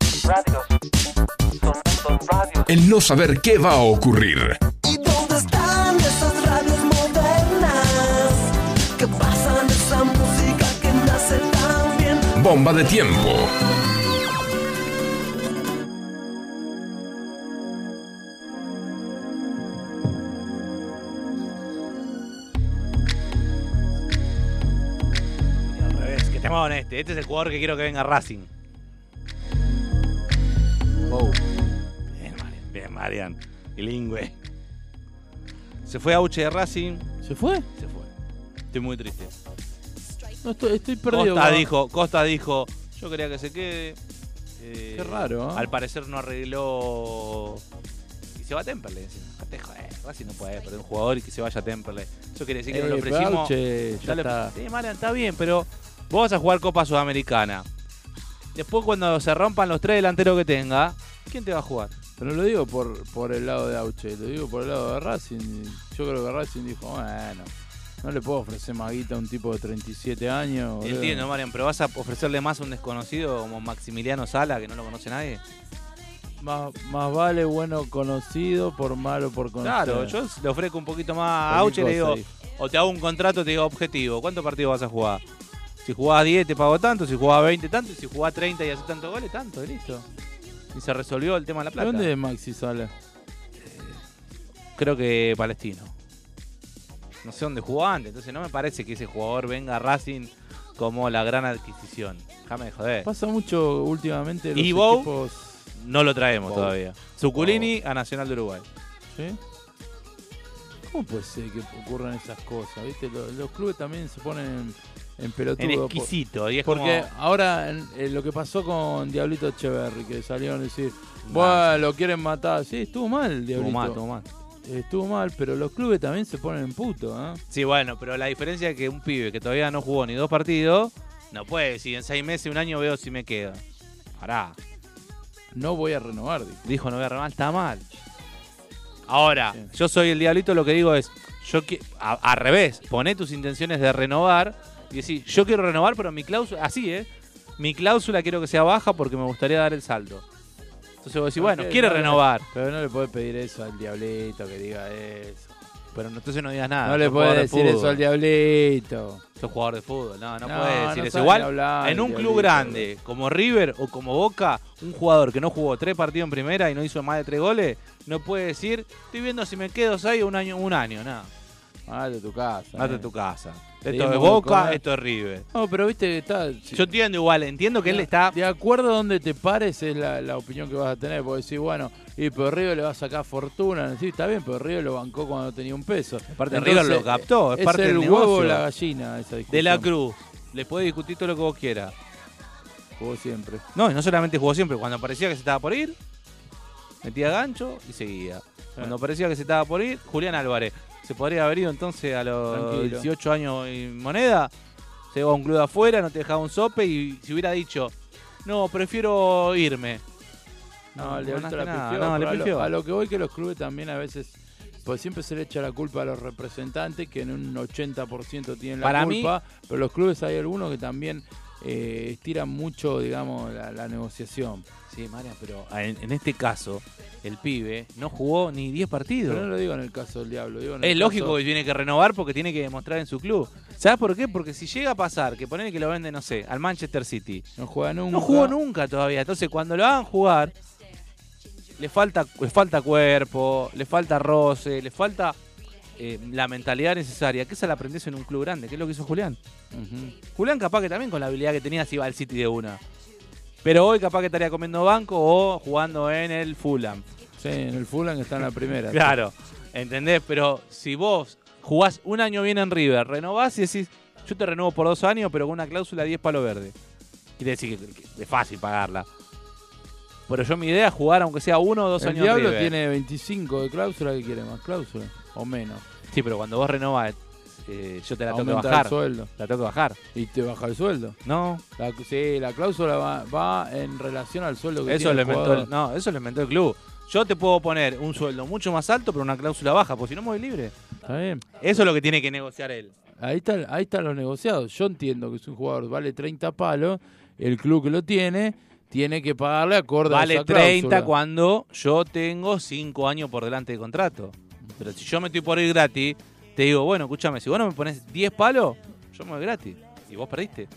S1: El no saber qué va a ocurrir.
S2: ¿Y dónde están esas radios modernas? ¿Qué pasan esa música que nace tan bien?
S1: Bomba de tiempo.
S4: Al revés, que temón este. Este es el jugador que quiero que venga a Racing. Bien, Marian. Bien, Marian. Bilingüe. Se fue Auche de Racing.
S5: ¿Se fue?
S4: Se fue. Estoy muy triste.
S5: No, estoy, estoy perdido.
S4: Costa
S5: ¿no?
S4: dijo, Costa dijo, yo quería que se quede. Eh,
S5: Qué raro, ¿eh?
S4: Al parecer no arregló. Y se va a Temperley. encima. Dejate joder, Racing no puede perder un jugador y que se vaya a Temperley. Eso quiere decir que no le
S5: Eh,
S4: ofrecimos.
S5: Bauche, ya
S4: Ya lo-
S5: está.
S4: Sí, Marian, está bien, pero vos vas a jugar Copa Sudamericana. Después, cuando se rompan los tres delanteros que tenga, ¿quién te va a jugar?
S5: Pero no lo digo por, por el lado de Auche, lo digo por el lado de Racing. Yo creo que Racing dijo, bueno, no le puedo ofrecer maguita a un tipo de 37 años. boludo".
S4: Entiendo, Marian, pero vas a ofrecerle más a un desconocido como Maximiliano Sala, que no lo conoce nadie.
S5: Más, más vale bueno conocido por malo por
S4: Claro,
S5: conocido.
S4: yo le ofrezco un poquito más a
S5: Cualquier
S4: Auche y le digo,
S5: cosa
S4: o te hago un contrato, te digo objetivo, ¿cuántos partidos vas a jugar? Si jugás 10 te pago tanto, si jugás 20 tanto, y si jugás 30 y haces tantos goles, tanto, y listo. Y se resolvió el tema de la
S5: ¿De
S4: plata.
S5: dónde es Maxi Sala?
S4: Creo que palestino. No sé dónde jugó antes, entonces no me parece que ese jugador venga a Racing como la gran adquisición. Déjame de joder.
S5: Pasa mucho últimamente los
S4: ¿Y Bou?
S5: equipos...
S4: No lo traemos
S5: Wow.
S4: todavía. Zuculini a Nacional de Uruguay.
S5: ¿sí? ¿Cómo puede ser que ocurran esas cosas? ¿Viste? Lo- Los, clubes también se ponen en pelotudo.
S4: En
S5: po-
S4: exquisito. Y es
S5: Porque
S4: como-
S5: ahora en- en lo que pasó con Diablito Echeverry, que salieron a decir,
S4: Mal.
S5: bueno, lo quieren matar. Sí, estuvo mal,
S4: Tuvo
S5: Diablito.
S4: más, tuvo más.
S5: Estuvo mal, pero los clubes también se ponen en puto, ¿eh?
S4: Sí, bueno, pero la diferencia es que un pibe que todavía no jugó ni dos partidos, no puede decir en seis meses, un año veo si me quedo. Pará.
S5: No voy a renovar, dijo.
S4: Dijo no voy a remar, está mal. Ahora,
S5: Sí.
S4: yo soy el diablito, lo que digo es, yo qui- a- al revés, poné tus intenciones de renovar y decís, yo quiero renovar, pero mi cláusula, así es, mi cláusula quiero que sea baja porque me gustaría dar el salto. Entonces vos decís, bueno,
S5: Ok,
S4: quiere
S5: no, no.
S4: renovar.
S5: Pero no le podés pedir eso al Diablito que diga eso.
S4: Pero no- entonces no digas nada.
S5: no le
S4: sos Ah, jugador
S5: podés
S4: de
S5: decir eso
S4: fútbol.
S5: al Diablito.
S4: Sos jugador de fútbol, no, no,
S5: No,
S4: puede decir
S5: no
S4: eso.
S5: sabe
S4: Igual,
S5: ni hablar,
S4: en un
S5: el
S4: club
S5: diablito.
S4: grande como River o como Boca, un jugador que no jugó tres partidos en primera y no hizo más de tres goles, no puede decir, estoy viendo si me quedo seis un año, un año, nada.
S5: Mate tu casa.
S4: Mate
S5: eh.
S4: a Ah, tu casa.
S5: Te
S4: Esto
S5: dimos
S4: es Boca,
S5: comer.
S4: esto es River.
S5: No, pero viste que está.
S4: Yo entiendo igual, entiendo que él está.
S5: De acuerdo a donde te pares es la, la opinión que vas a tener. Porque decís, bueno, y pero River le va a sacar fortuna. Sí, está bien, pero River lo bancó cuando tenía un peso.
S4: Aparte, River lo captó, es parte
S5: el
S4: del
S5: huevo o
S4: negocio.
S5: la gallina esa discusión.
S4: De la Cruz. Le puede discutir todo lo que vos quieras.
S5: Jugó siempre.
S4: No, y no solamente jugó siempre. Cuando parecía que se estaba por ir, metía gancho y seguía. Cuando parecía que se estaba por ir, Julián Álvarez. Se podría haber ido entonces a los
S5: Tranquilo.
S4: 18 años y moneda. Se iba a un club de afuera, no te dejaba un sope y si hubiera dicho, no, prefiero irme.
S5: No, el Diablito
S4: ganaste
S5: la
S4: nada.
S5: pifió,
S4: No,
S5: pero
S4: le
S5: a lo-
S4: pifió.
S5: A, lo, que voy que los clubes también a veces. Pues siempre se le echa la culpa a los representantes, que en un 80% tienen la
S4: Para mí-
S5: culpa. Pero los clubes hay algunos que también eh, estiran mucho, digamos, la, la negociación.
S4: Sí, María, pero en, en este caso, el pibe no jugó ni 10 partidos.
S5: Pero no lo digo en el caso del diablo. digo en el
S4: Es lógico
S5: caso-
S4: que tiene que renovar porque tiene que demostrar en su club. ¿Sabes por qué? Porque si llega a pasar, que ponen que lo vende, no sé, al Manchester City.
S5: No juega nunca.
S4: No jugó nunca todavía. Entonces, cuando lo hagan jugar, le falta, le falta cuerpo, le falta roce, le falta eh, la mentalidad necesaria. Que esa la aprendés en un club grande, que es lo que hizo Julián.
S5: Ujú.
S4: Julián capaz que también con la habilidad que tenía se iba al City de una. Pero hoy capaz que estaría comiendo banco o jugando en el Fulham.
S5: Sí, en el Fulham está en la primera.
S4: Claro, ¿entendés? Pero si vos jugás un año bien en River, renovás y decís, yo te renuevo por dos años, pero con una cláusula 10 palo verde. Y decís que, que es fácil pagarla. Pero yo mi idea es jugar aunque sea uno o dos
S5: el
S4: años en
S5: diablo
S4: River.
S5: tiene 25 de cláusula. que quiere más cláusula? O menos.
S4: Sí, pero cuando vos renovás, eh, yo te la tengo que
S5: Aumenta
S4: bajar.
S5: el sueldo.
S4: La tengo que bajar.
S5: Y te baja el sueldo.
S4: No,
S5: La, sí, la cláusula va, va en relación al sueldo que
S4: eso
S5: tiene
S4: lo
S5: el
S4: inventó
S5: jugador.
S4: el, no, eso lo inventó el club. Yo te puedo poner un sueldo mucho más alto, pero una cláusula baja, porque si no me voy libre.
S5: Está bien.
S4: Eso es lo que tiene que negociar él.
S5: Ahí, está, ahí están los negociados. Yo entiendo que si un jugador vale 30 palos, el club que lo tiene, tiene que pagarle acorde a
S4: Vale
S5: esa cláusula.
S4: 30 cuando yo tengo 5 años por delante de contrato. Pero si yo me estoy por ir gratis, te digo, bueno, escúchame, si vos no me pones 10 palos, yo me voy gratis. Y vos perdiste.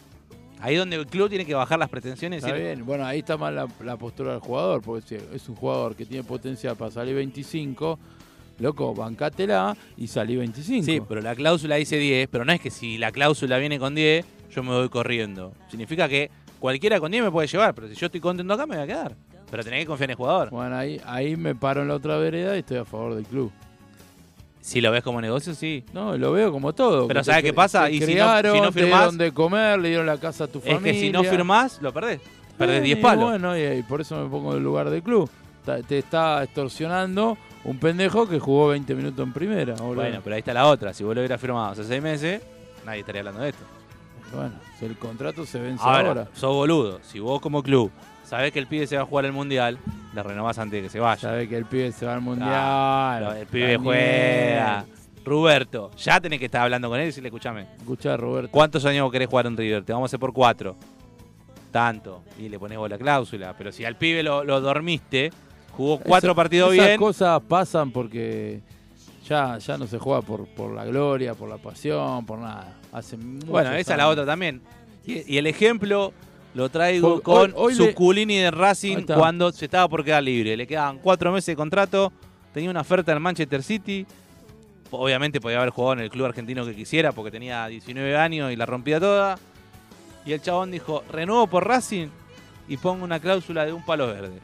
S4: Ahí es donde el club tiene que bajar las pretensiones. y
S5: Está
S4: decir,
S5: bien, bueno, ahí está mal la, la postura del jugador, porque si es un jugador que tiene potencial para salir 25, loco, bancátela y salí 25.
S4: sí, pero la cláusula dice 10, pero no es que si la cláusula viene con 10, yo me voy corriendo. Significa que cualquiera con 10 me puede llevar, pero si yo estoy contento acá, me voy a quedar. Pero tenés que confiar en el jugador.
S5: Bueno, ahí, ahí me paro en la otra vereda y estoy a favor del club.
S4: Si lo ves como negocio, sí.
S5: No, lo veo como todo.
S4: Pero
S5: que
S4: ¿sabes
S5: te
S4: qué
S5: cre-
S4: pasa?
S5: te
S4: Y si no- si
S5: criaron,
S4: no
S5: te
S4: firmás-
S5: dieron de comer, le dieron la casa a tu familia.
S4: Es que si no firmás, lo perdés. Perdés
S5: Eh,
S4: 10
S5: y
S4: palos.
S5: Bueno, y, y por eso me pongo en el lugar del club. Ta- te está extorsionando un pendejo que jugó 20 minutos en primera. boludo.
S4: Bueno, pero ahí está la otra. Si vos lo hubieras firmado hace seis meses, nadie estaría hablando de esto.
S5: Bueno, si el contrato se vence
S4: Ahora,
S5: ahora.
S4: sos boludo. Si vos como club sabés que el pibe se va a jugar el Mundial, la renovás antes de que se vaya.
S5: Sabe que el pibe se va al mundial.
S4: Claro, el pibe
S5: Daniel.
S4: juega. Roberto, ya tenés que estar hablando con él y decirle, escuchame,
S5: Escuchá, Roberto.
S4: ¿cuántos años vos querés jugar en River? Te vamos a hacer por cuatro. Tanto. Y le ponés vos la cláusula. Pero si al pibe lo, lo dormiste, jugó cuatro
S5: Esa-
S4: partidos
S5: esas
S4: bien.
S5: cosas pasan porque ya, ya no se juega por, por la gloria, por la pasión, por nada. Hace
S4: Bueno, esa es la otra también. Y, y el ejemplo lo traigo
S5: Hoy-
S4: con
S5: hoy- hoy le-
S4: Zuculini de
S5: Ahí
S4: Racing
S5: está.
S4: cuando se estaba por quedar libre. Le quedaban cuatro meses de contrato, tenía una oferta en Manchester City. Obviamente podía haber jugado en el club argentino que quisiera porque tenía 19 años y la rompía toda. Y el chabón dijo, renuevo por Racing y pongo una cláusula de un palo verde.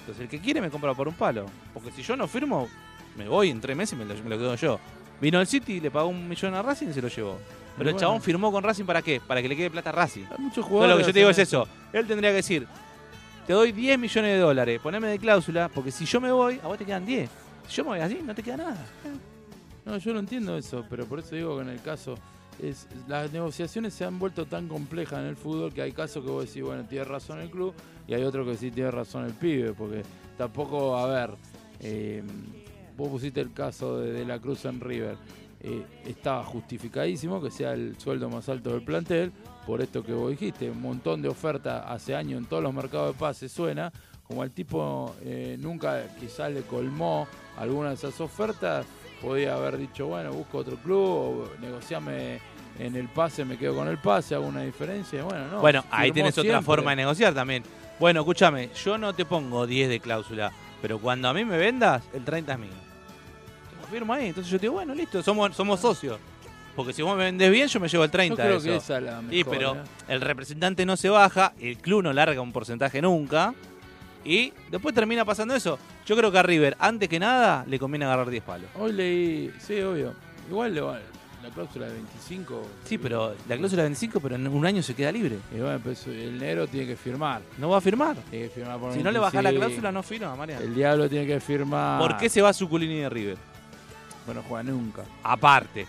S4: Entonces el que quiere me compra por un palo. Porque si yo no firmo, me voy en tres meses y me lo, me lo quedo yo. Vino el City, le pagó un millón a Racing y se lo llevó. Pero el
S5: bueno.
S4: chabón firmó con Racing para qué? Para que le quede plata a Racing.
S5: Hay muchos
S4: No,
S5: jugadores.
S4: lo que yo te digo es
S5: hacen
S4: eso. Él tendría que decir, te doy 10 millones de dólares, poneme de cláusula, porque si yo me voy, a vos te quedan 10. Si yo me voy así, no te queda nada.
S5: No, yo no entiendo eso, pero por eso digo que en el caso. Es, las negociaciones se han vuelto tan complejas en el fútbol que hay casos que vos decís, bueno, tiene razón el club, y hay otros que sí tiene razón el pibe, porque tampoco, a ver, eh, vos pusiste el caso de, De la Cruz en River. Eh, estaba justificadísimo que sea el sueldo más alto del plantel, por esto que vos dijiste, un montón de ofertas hace años en todos los mercados de pases suena, como al tipo eh, nunca quizás le colmó alguna de esas ofertas, podía haber dicho, bueno, busco otro club, o negociame en el pase, me quedo con el pase, hago una diferencia, y bueno, no.
S4: bueno, ahí
S5: firmó
S4: tenés otra
S5: siempre.
S4: forma de negociar también. Bueno, escúchame, yo no te pongo 10 de cláusula, pero cuando a mí me vendas, el 30 es mío. Te lo firmo ahí, entonces yo te digo, bueno, listo, somos, somos socios. Porque si vos me vendés bien, yo me llevo el 30.
S5: Yo
S4: de
S5: creo
S4: eso.
S5: que esa es la mejor.
S4: Sí, pero
S5: ¿eh?
S4: el representante no se baja, el club no larga un porcentaje nunca. Y después termina pasando eso. Yo creo que a River, antes que nada, le conviene agarrar 10 palos.
S5: Hoy leí, sí, obvio. Igual le va- la cláusula de 25.
S4: Sí, pero la cláusula 25, pero en un año se queda libre.
S5: Y bueno, pues, el negro tiene que firmar.
S4: No va a firmar.
S5: Tiene que firmar por
S4: Si no le baja la
S5: 25.
S4: cláusula, no firma, Mariano.
S5: El diablo tiene que firmar.
S4: ¿Por qué se va Suculini de River?
S5: Bueno, juega nunca.
S4: Aparte,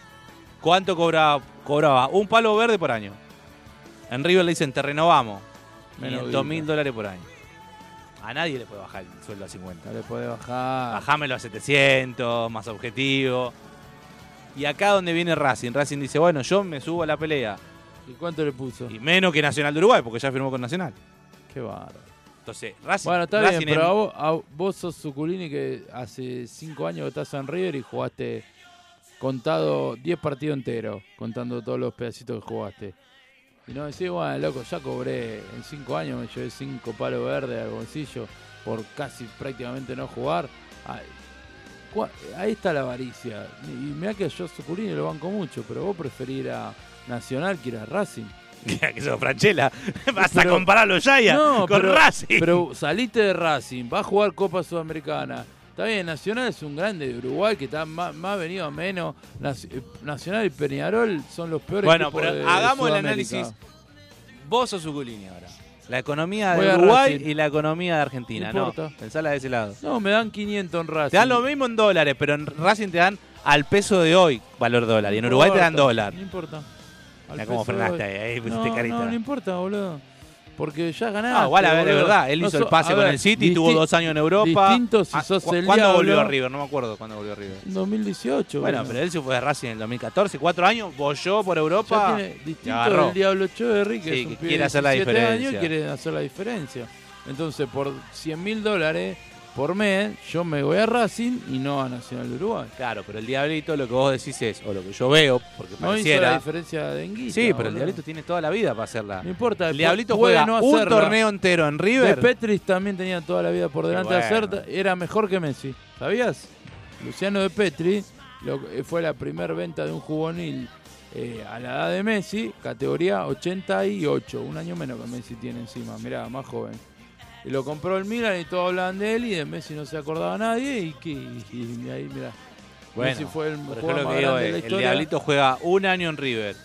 S4: ¿cuánto cobraba? cobraba? Un palo verde por año. En River le dicen, te renovamos.
S5: Menos
S4: 500 mil
S5: guita.
S4: dólares por año. A nadie le puede bajar el sueldo a 50.
S5: No le puede bajar.
S4: bajámelo a 700, más objetivo. Y acá donde viene Racing. Racing dice, bueno, yo me subo a la pelea.
S5: ¿Y cuánto le puso?
S4: Y menos que Nacional de Uruguay, porque ya firmó con Nacional.
S5: Qué bárbaro.
S4: Entonces, Racing...
S5: Bueno, está
S4: Racing
S5: bien,
S4: es-
S5: pero a vos, a vos sos Suculini que hace 5 años que estás en River y jugaste contado 10 partidos enteros, contando todos los pedacitos que jugaste. Y no decís, bueno, loco, ya cobré en 5 años, me llevé 5 palos verdes al bolsillo por casi prácticamente no jugar. Ay, cua- ahí está la avaricia. Y mirá que yo a Suculini lo banco mucho, pero vos preferís ir a Nacional que ir a Racing.
S4: que sos Franchella. Vas
S5: Pero-
S4: a comparar los Yaya
S5: No,
S4: con
S5: pero-
S4: Racing.
S5: Pero saliste de Racing, va a jugar Copa Sudamericana. Está bien, Nacional es un grande de Uruguay que está más, más venido a menos. Nac- eh, Nacional y Peñarol son los peores.
S4: bueno,
S5: equipos
S4: pero
S5: de
S4: hagamos el
S5: Sudamérica.
S4: análisis. Vos sos Suculini ahora. La economía
S5: Voy
S4: de
S5: a
S4: Uruguay
S5: Racing.
S4: y la economía de Argentina.
S5: No
S4: No,
S5: importa.
S4: pensala de ese lado.
S5: No, me dan 500 en Racing.
S4: Te dan lo mismo en dólares, pero en Racing te dan al peso de hoy valor dólar. Y en
S5: No
S4: Uruguay te dan
S5: importa,
S4: dólar.
S5: No importa. Al
S4: Mirá cómo
S5: peso
S4: frenaste
S5: de-
S4: ahí, ahí pusiste
S5: No,
S4: carita.
S5: no, no importa, boludo. Porque ya ganaste.
S4: Ah, igual, a ver, es
S5: boludo.
S4: verdad. Él
S5: No
S4: hizo
S5: so-
S4: el pase
S5: a
S4: con
S5: ver,
S4: el City,
S5: disti-
S4: tuvo dos años en Europa.
S5: distinto si
S4: Ah,
S5: sos
S4: ¿cu-
S5: el
S4: ¿Cuándo
S5: diablo?
S4: volvió a River? No me acuerdo cuándo volvió a River.
S5: 2018.
S4: Bueno,
S5: boludo.
S4: pero él se fue de Racing en el 2014, cuatro años, voló por
S5: Ya
S4: Europa.
S5: tiene distinto
S4: agarró.
S5: del Diablo Echeverry, que
S4: Sí,
S5: es un
S4: que
S5: pibe
S4: quiere
S5: de
S4: hacer la
S5: 17 años y
S4: diferencia.
S5: quiere hacer la diferencia. Entonces, por 100 mil dólares por mes, yo me voy a Racing y no a Nacional de Uruguay.
S4: Claro, pero el Diablito lo que vos decís es, o lo que yo veo, porque
S5: No hizo la
S4: pareciera.
S5: diferencia de Enguita.
S4: Sí, pero el
S5: boludo.
S4: Diablito tiene toda la vida para hacerla.
S5: No importa.
S4: El Diablito
S5: puede
S4: juega
S5: no
S4: un
S5: hacerla.
S4: torneo entero en
S5: De
S4: River.
S5: Petris también tenía toda la vida por delante de
S4: bueno.
S5: hacer. Era mejor que Messi. ¿Sabías? Luciano de Petri lo- eh, fue la primer venta de un juvenil eh, a la edad de Messi, categoría 88, un año menos que Messi tiene encima, mirá, más joven. Y lo compró el Milan y todos hablaban de él y de Messi no se acordaba nadie y, que, y- y ahí mirá.
S4: Bueno,
S5: Messi fue el
S4: pero yo
S5: jugador
S4: lo
S5: más
S4: que digo
S5: grande de
S4: es,
S5: la
S4: el
S5: historia.
S4: Diablito juega un año en River,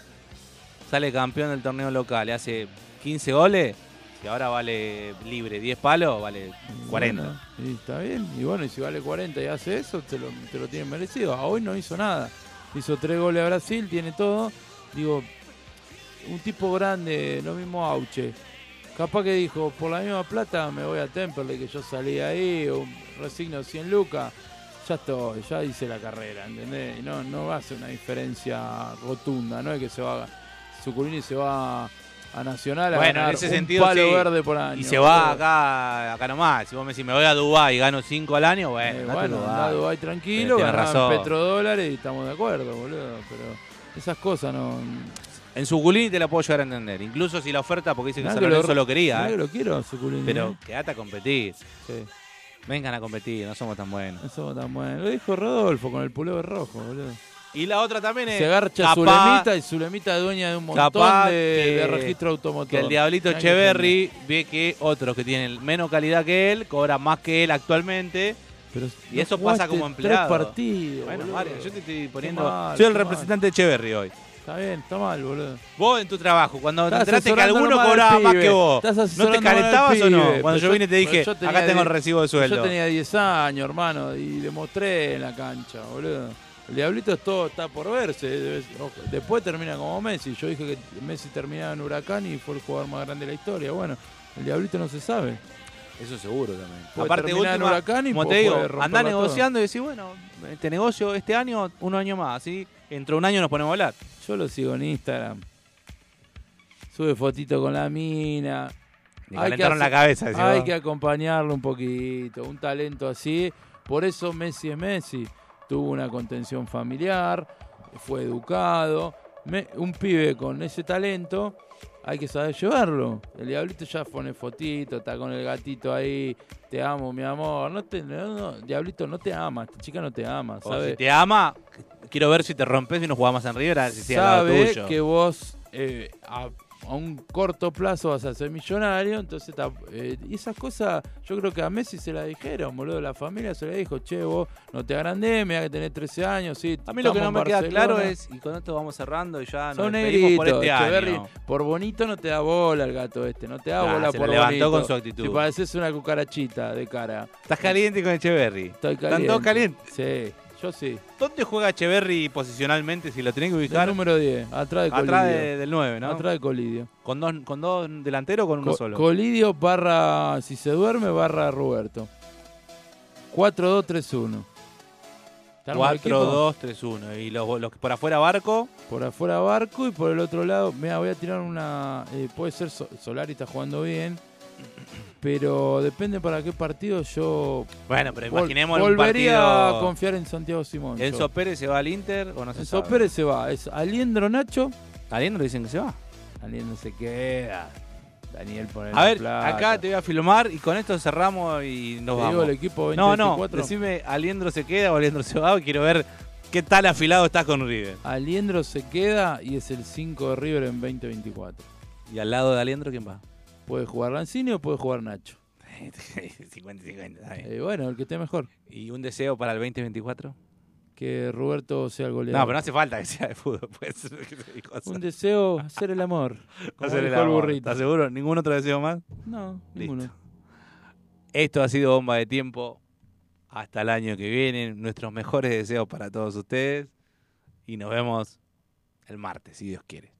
S4: sale campeón del torneo local, le hace 15 goles, y ahora vale libre 10 palos, vale
S5: Y
S4: 40.
S5: bueno, y está bien. Y bueno, y si vale 40 y hace eso, te lo, te lo tiene merecido. A hoy no hizo nada. Hizo tres goles a Brasil, tiene todo. Digo, un tipo grande, lo mismo Auche. Capaz que dijo, por la misma plata me voy a Temperley, que yo salí ahí, o resigno 100 lucas. Ya estoy, ya hice la carrera, ¿entendés? Y no, no va a ser una diferencia rotunda, no es que se va Suculini se va a Nacional a
S4: Bueno, en
S5: ganar
S4: ese
S5: un
S4: sentido,
S5: palo
S4: sí.
S5: verde por año.
S4: Y se va
S5: boludo.
S4: acá, acá nomás. Si vos me decís, me voy a Dubái y gano 5 al año, bueno,
S5: Eh,
S4: andate a
S5: bueno,
S4: Dubái.
S5: andá a Dubái
S4: Pero
S5: tranquilo,
S4: tenés
S5: ganás
S4: razón.
S5: petrodólares y estamos de acuerdo, boludo. Pero esas cosas no.
S4: En Suculini te la puedo llegar a entender. Incluso si la oferta, porque dice que
S5: Mirá
S4: San
S5: que lo-
S4: Lorenzo lo
S5: mirá
S4: quería,
S5: que
S4: ¿eh?
S5: lo quiero, Suculini.
S4: pero quedate a competir.
S5: Sí,
S4: Vengan a competir, no somos tan buenos.
S5: no somos tan buenos. Lo dijo Rodolfo con el pullover rojo, boludo.
S4: Y la otra también es.
S5: Se agarcha
S4: Eh, capaz
S5: Zulemita y Zulemita es dueña de un montón
S4: capaz
S5: de,
S4: que-
S5: de registro automotor.
S4: Que el Diablito
S5: Mirá que
S4: Echeverry ve que otros que tienen menos calidad que él cobran más que él actualmente.
S5: genial. Pero
S4: y
S5: no
S4: eso pasa
S5: jugaste
S4: como
S5: tres
S4: empleado.
S5: partidos,
S4: Bueno,
S5: boludo.
S4: Mario, yo te estoy poniendo.
S5: mal,
S4: soy el
S5: qué mal.
S4: representante de Echeverry hoy.
S5: Está bien, está mal, boludo.
S4: Vos en tu trabajo, cuando te
S5: Estás
S4: enteraste que
S5: asesorando
S4: alguno
S5: nomás al
S4: cobraba más
S5: pibe.
S4: que vos,
S5: Estás
S4: ¿no
S5: asesorando
S4: te
S5: nomás al
S4: calentabas o
S5: pibe.
S4: no? Cuando
S5: Pero
S4: yo vine y te
S5: pero
S4: dije,
S5: yo tenía
S4: acá tengo el
S5: die-
S4: recibo de
S5: Yo
S4: sueldo.
S5: tenía 10 años, hermano, y le mostré en la cancha, boludo. El diablito es todo está por verse. eh, Debe- ojo, Después termina como Messi. Yo dije que Messi terminaba en Huracán y fue el jugador más grande de la historia. Bueno, el diablito no se sabe.
S4: Eso seguro también.
S5: Puede
S4: Aparte,
S5: terminar en
S4: última,
S5: Huracán y
S4: como
S5: puede-
S4: te digo,
S5: puede romperla
S4: andá
S5: toda.
S4: negociando y decís, bueno, este negocio este año, un año más, así, entre un año nos ponemos a hablar.
S5: Yo lo sigo en Instagram. Sube fotito con la mina.
S4: Le
S5: Hay que
S4: calentaron la
S5: hacer-
S4: cabeza. decís
S5: Hay
S4: vos.
S5: que acompañarlo un poquito, un talento así. Por eso Messi es Messi. Tuvo una contención familiar, fue educado. Me- un pibe con ese talento, hay que saber llevarlo. El diablito ya pone fotito, está con el gatito ahí. Te amo, mi amor. No te, no, no, diablito, no te ama. Esta chica no te ama,
S4: O
S5: ¿sabes?
S4: si te ama, quiero ver si te rompes y no jugás más en River, a ver si sea al lado
S5: sabe
S4: tuyo.
S5: que vos eh, a, a un corto plazo vas a ser millonario, entonces ta- eh, y esas cosas yo creo que a Messi se la dijeron, boludo, la familia se le dijo, che, vos no te agrandés, mira que tenés 13 años, sí,
S4: A mí lo que no
S5: estamos
S4: me
S5: en
S4: queda
S5: Barcelona".
S4: claro es, y con esto vamos cerrando y ya nos
S5: Son
S4: despedimos
S5: negritos,
S4: por este
S5: Echeverri,
S4: año.
S5: por bonito no te da bola el gato este, no te da
S4: Ah,
S5: bola
S4: se la
S5: por
S4: levantó
S5: bonito.
S4: con su actitud.
S5: Te pareces una cucarachita de cara.
S4: Estás caliente con Echeverry.
S5: Estoy caliente.
S4: ¿Están todos calientes?
S5: Sí, yo sí.
S4: ¿Dónde juega Echeverry posicionalmente si lo tenés que
S5: Del
S4: ubicar?
S5: número 10, atrás de Colidio.
S4: Atrás de- del 9, ¿no?
S5: Atrás de Colidio.
S4: ¿Con dos, ¿Con dos delanteros o con uno
S5: Co-
S4: solo?
S5: Colidio barra, si se duerme, barra Roberto. 4-2-3-1. ¿Estamos al equipo?
S4: 4, 2, 3, 1. Y los, los que por afuera barco.
S5: Por afuera Barco y por el otro lado, mira, voy a tirar una... eh, puede ser So- Solari está jugando bien, pero depende para qué partido yo...
S4: Bueno, pero
S5: vol-
S4: imaginemos en un
S5: volvería a
S4: partido.
S5: confiar en Santiago Simón. yo.
S4: Enzo Pérez se va al Inter o no se
S5: Enzo
S4: sabe.
S5: Pérez se va, es Aliendro Nacho.
S4: ¿Al Inter dicen que se va?
S5: Aliendro se queda. Daniel por el
S4: A ver, acá te voy a filmar y con esto cerramos y nos
S5: digo
S4: vamos.
S5: el equipo
S4: No, no,
S5: 2024.
S4: decime, ¿Aliendro se queda o Aliendro se va? Quiero ver qué tal afilado estás con River.
S5: Aliendro se queda y es el 5 de River en 2024.
S4: ¿Y al lado de Aliendro quién va?
S5: Puede jugar Lanzini o puede jugar Nacho.
S4: 50-50, está bien.
S5: Eh, bueno, el que esté mejor.
S4: ¿Y un deseo para el 2024?
S5: Que Roberto sea el
S4: No,
S5: goleador.
S4: pero no hace falta que sea de fútbol. pues. Puede ser cualquier cosa.
S5: Un deseo, hacer el amor. Como
S4: Hacer el
S5: dijo el
S4: amor.
S5: burrito.
S4: ¿Estás seguro? ¿Ningún otro deseo más?
S5: No,
S4: Listo.
S5: ninguno.
S4: Esto ha sido Bomba de Tiempo. Hasta el año que viene. Nuestros mejores deseos para todos ustedes. Y nos vemos el martes, si Dios quiere.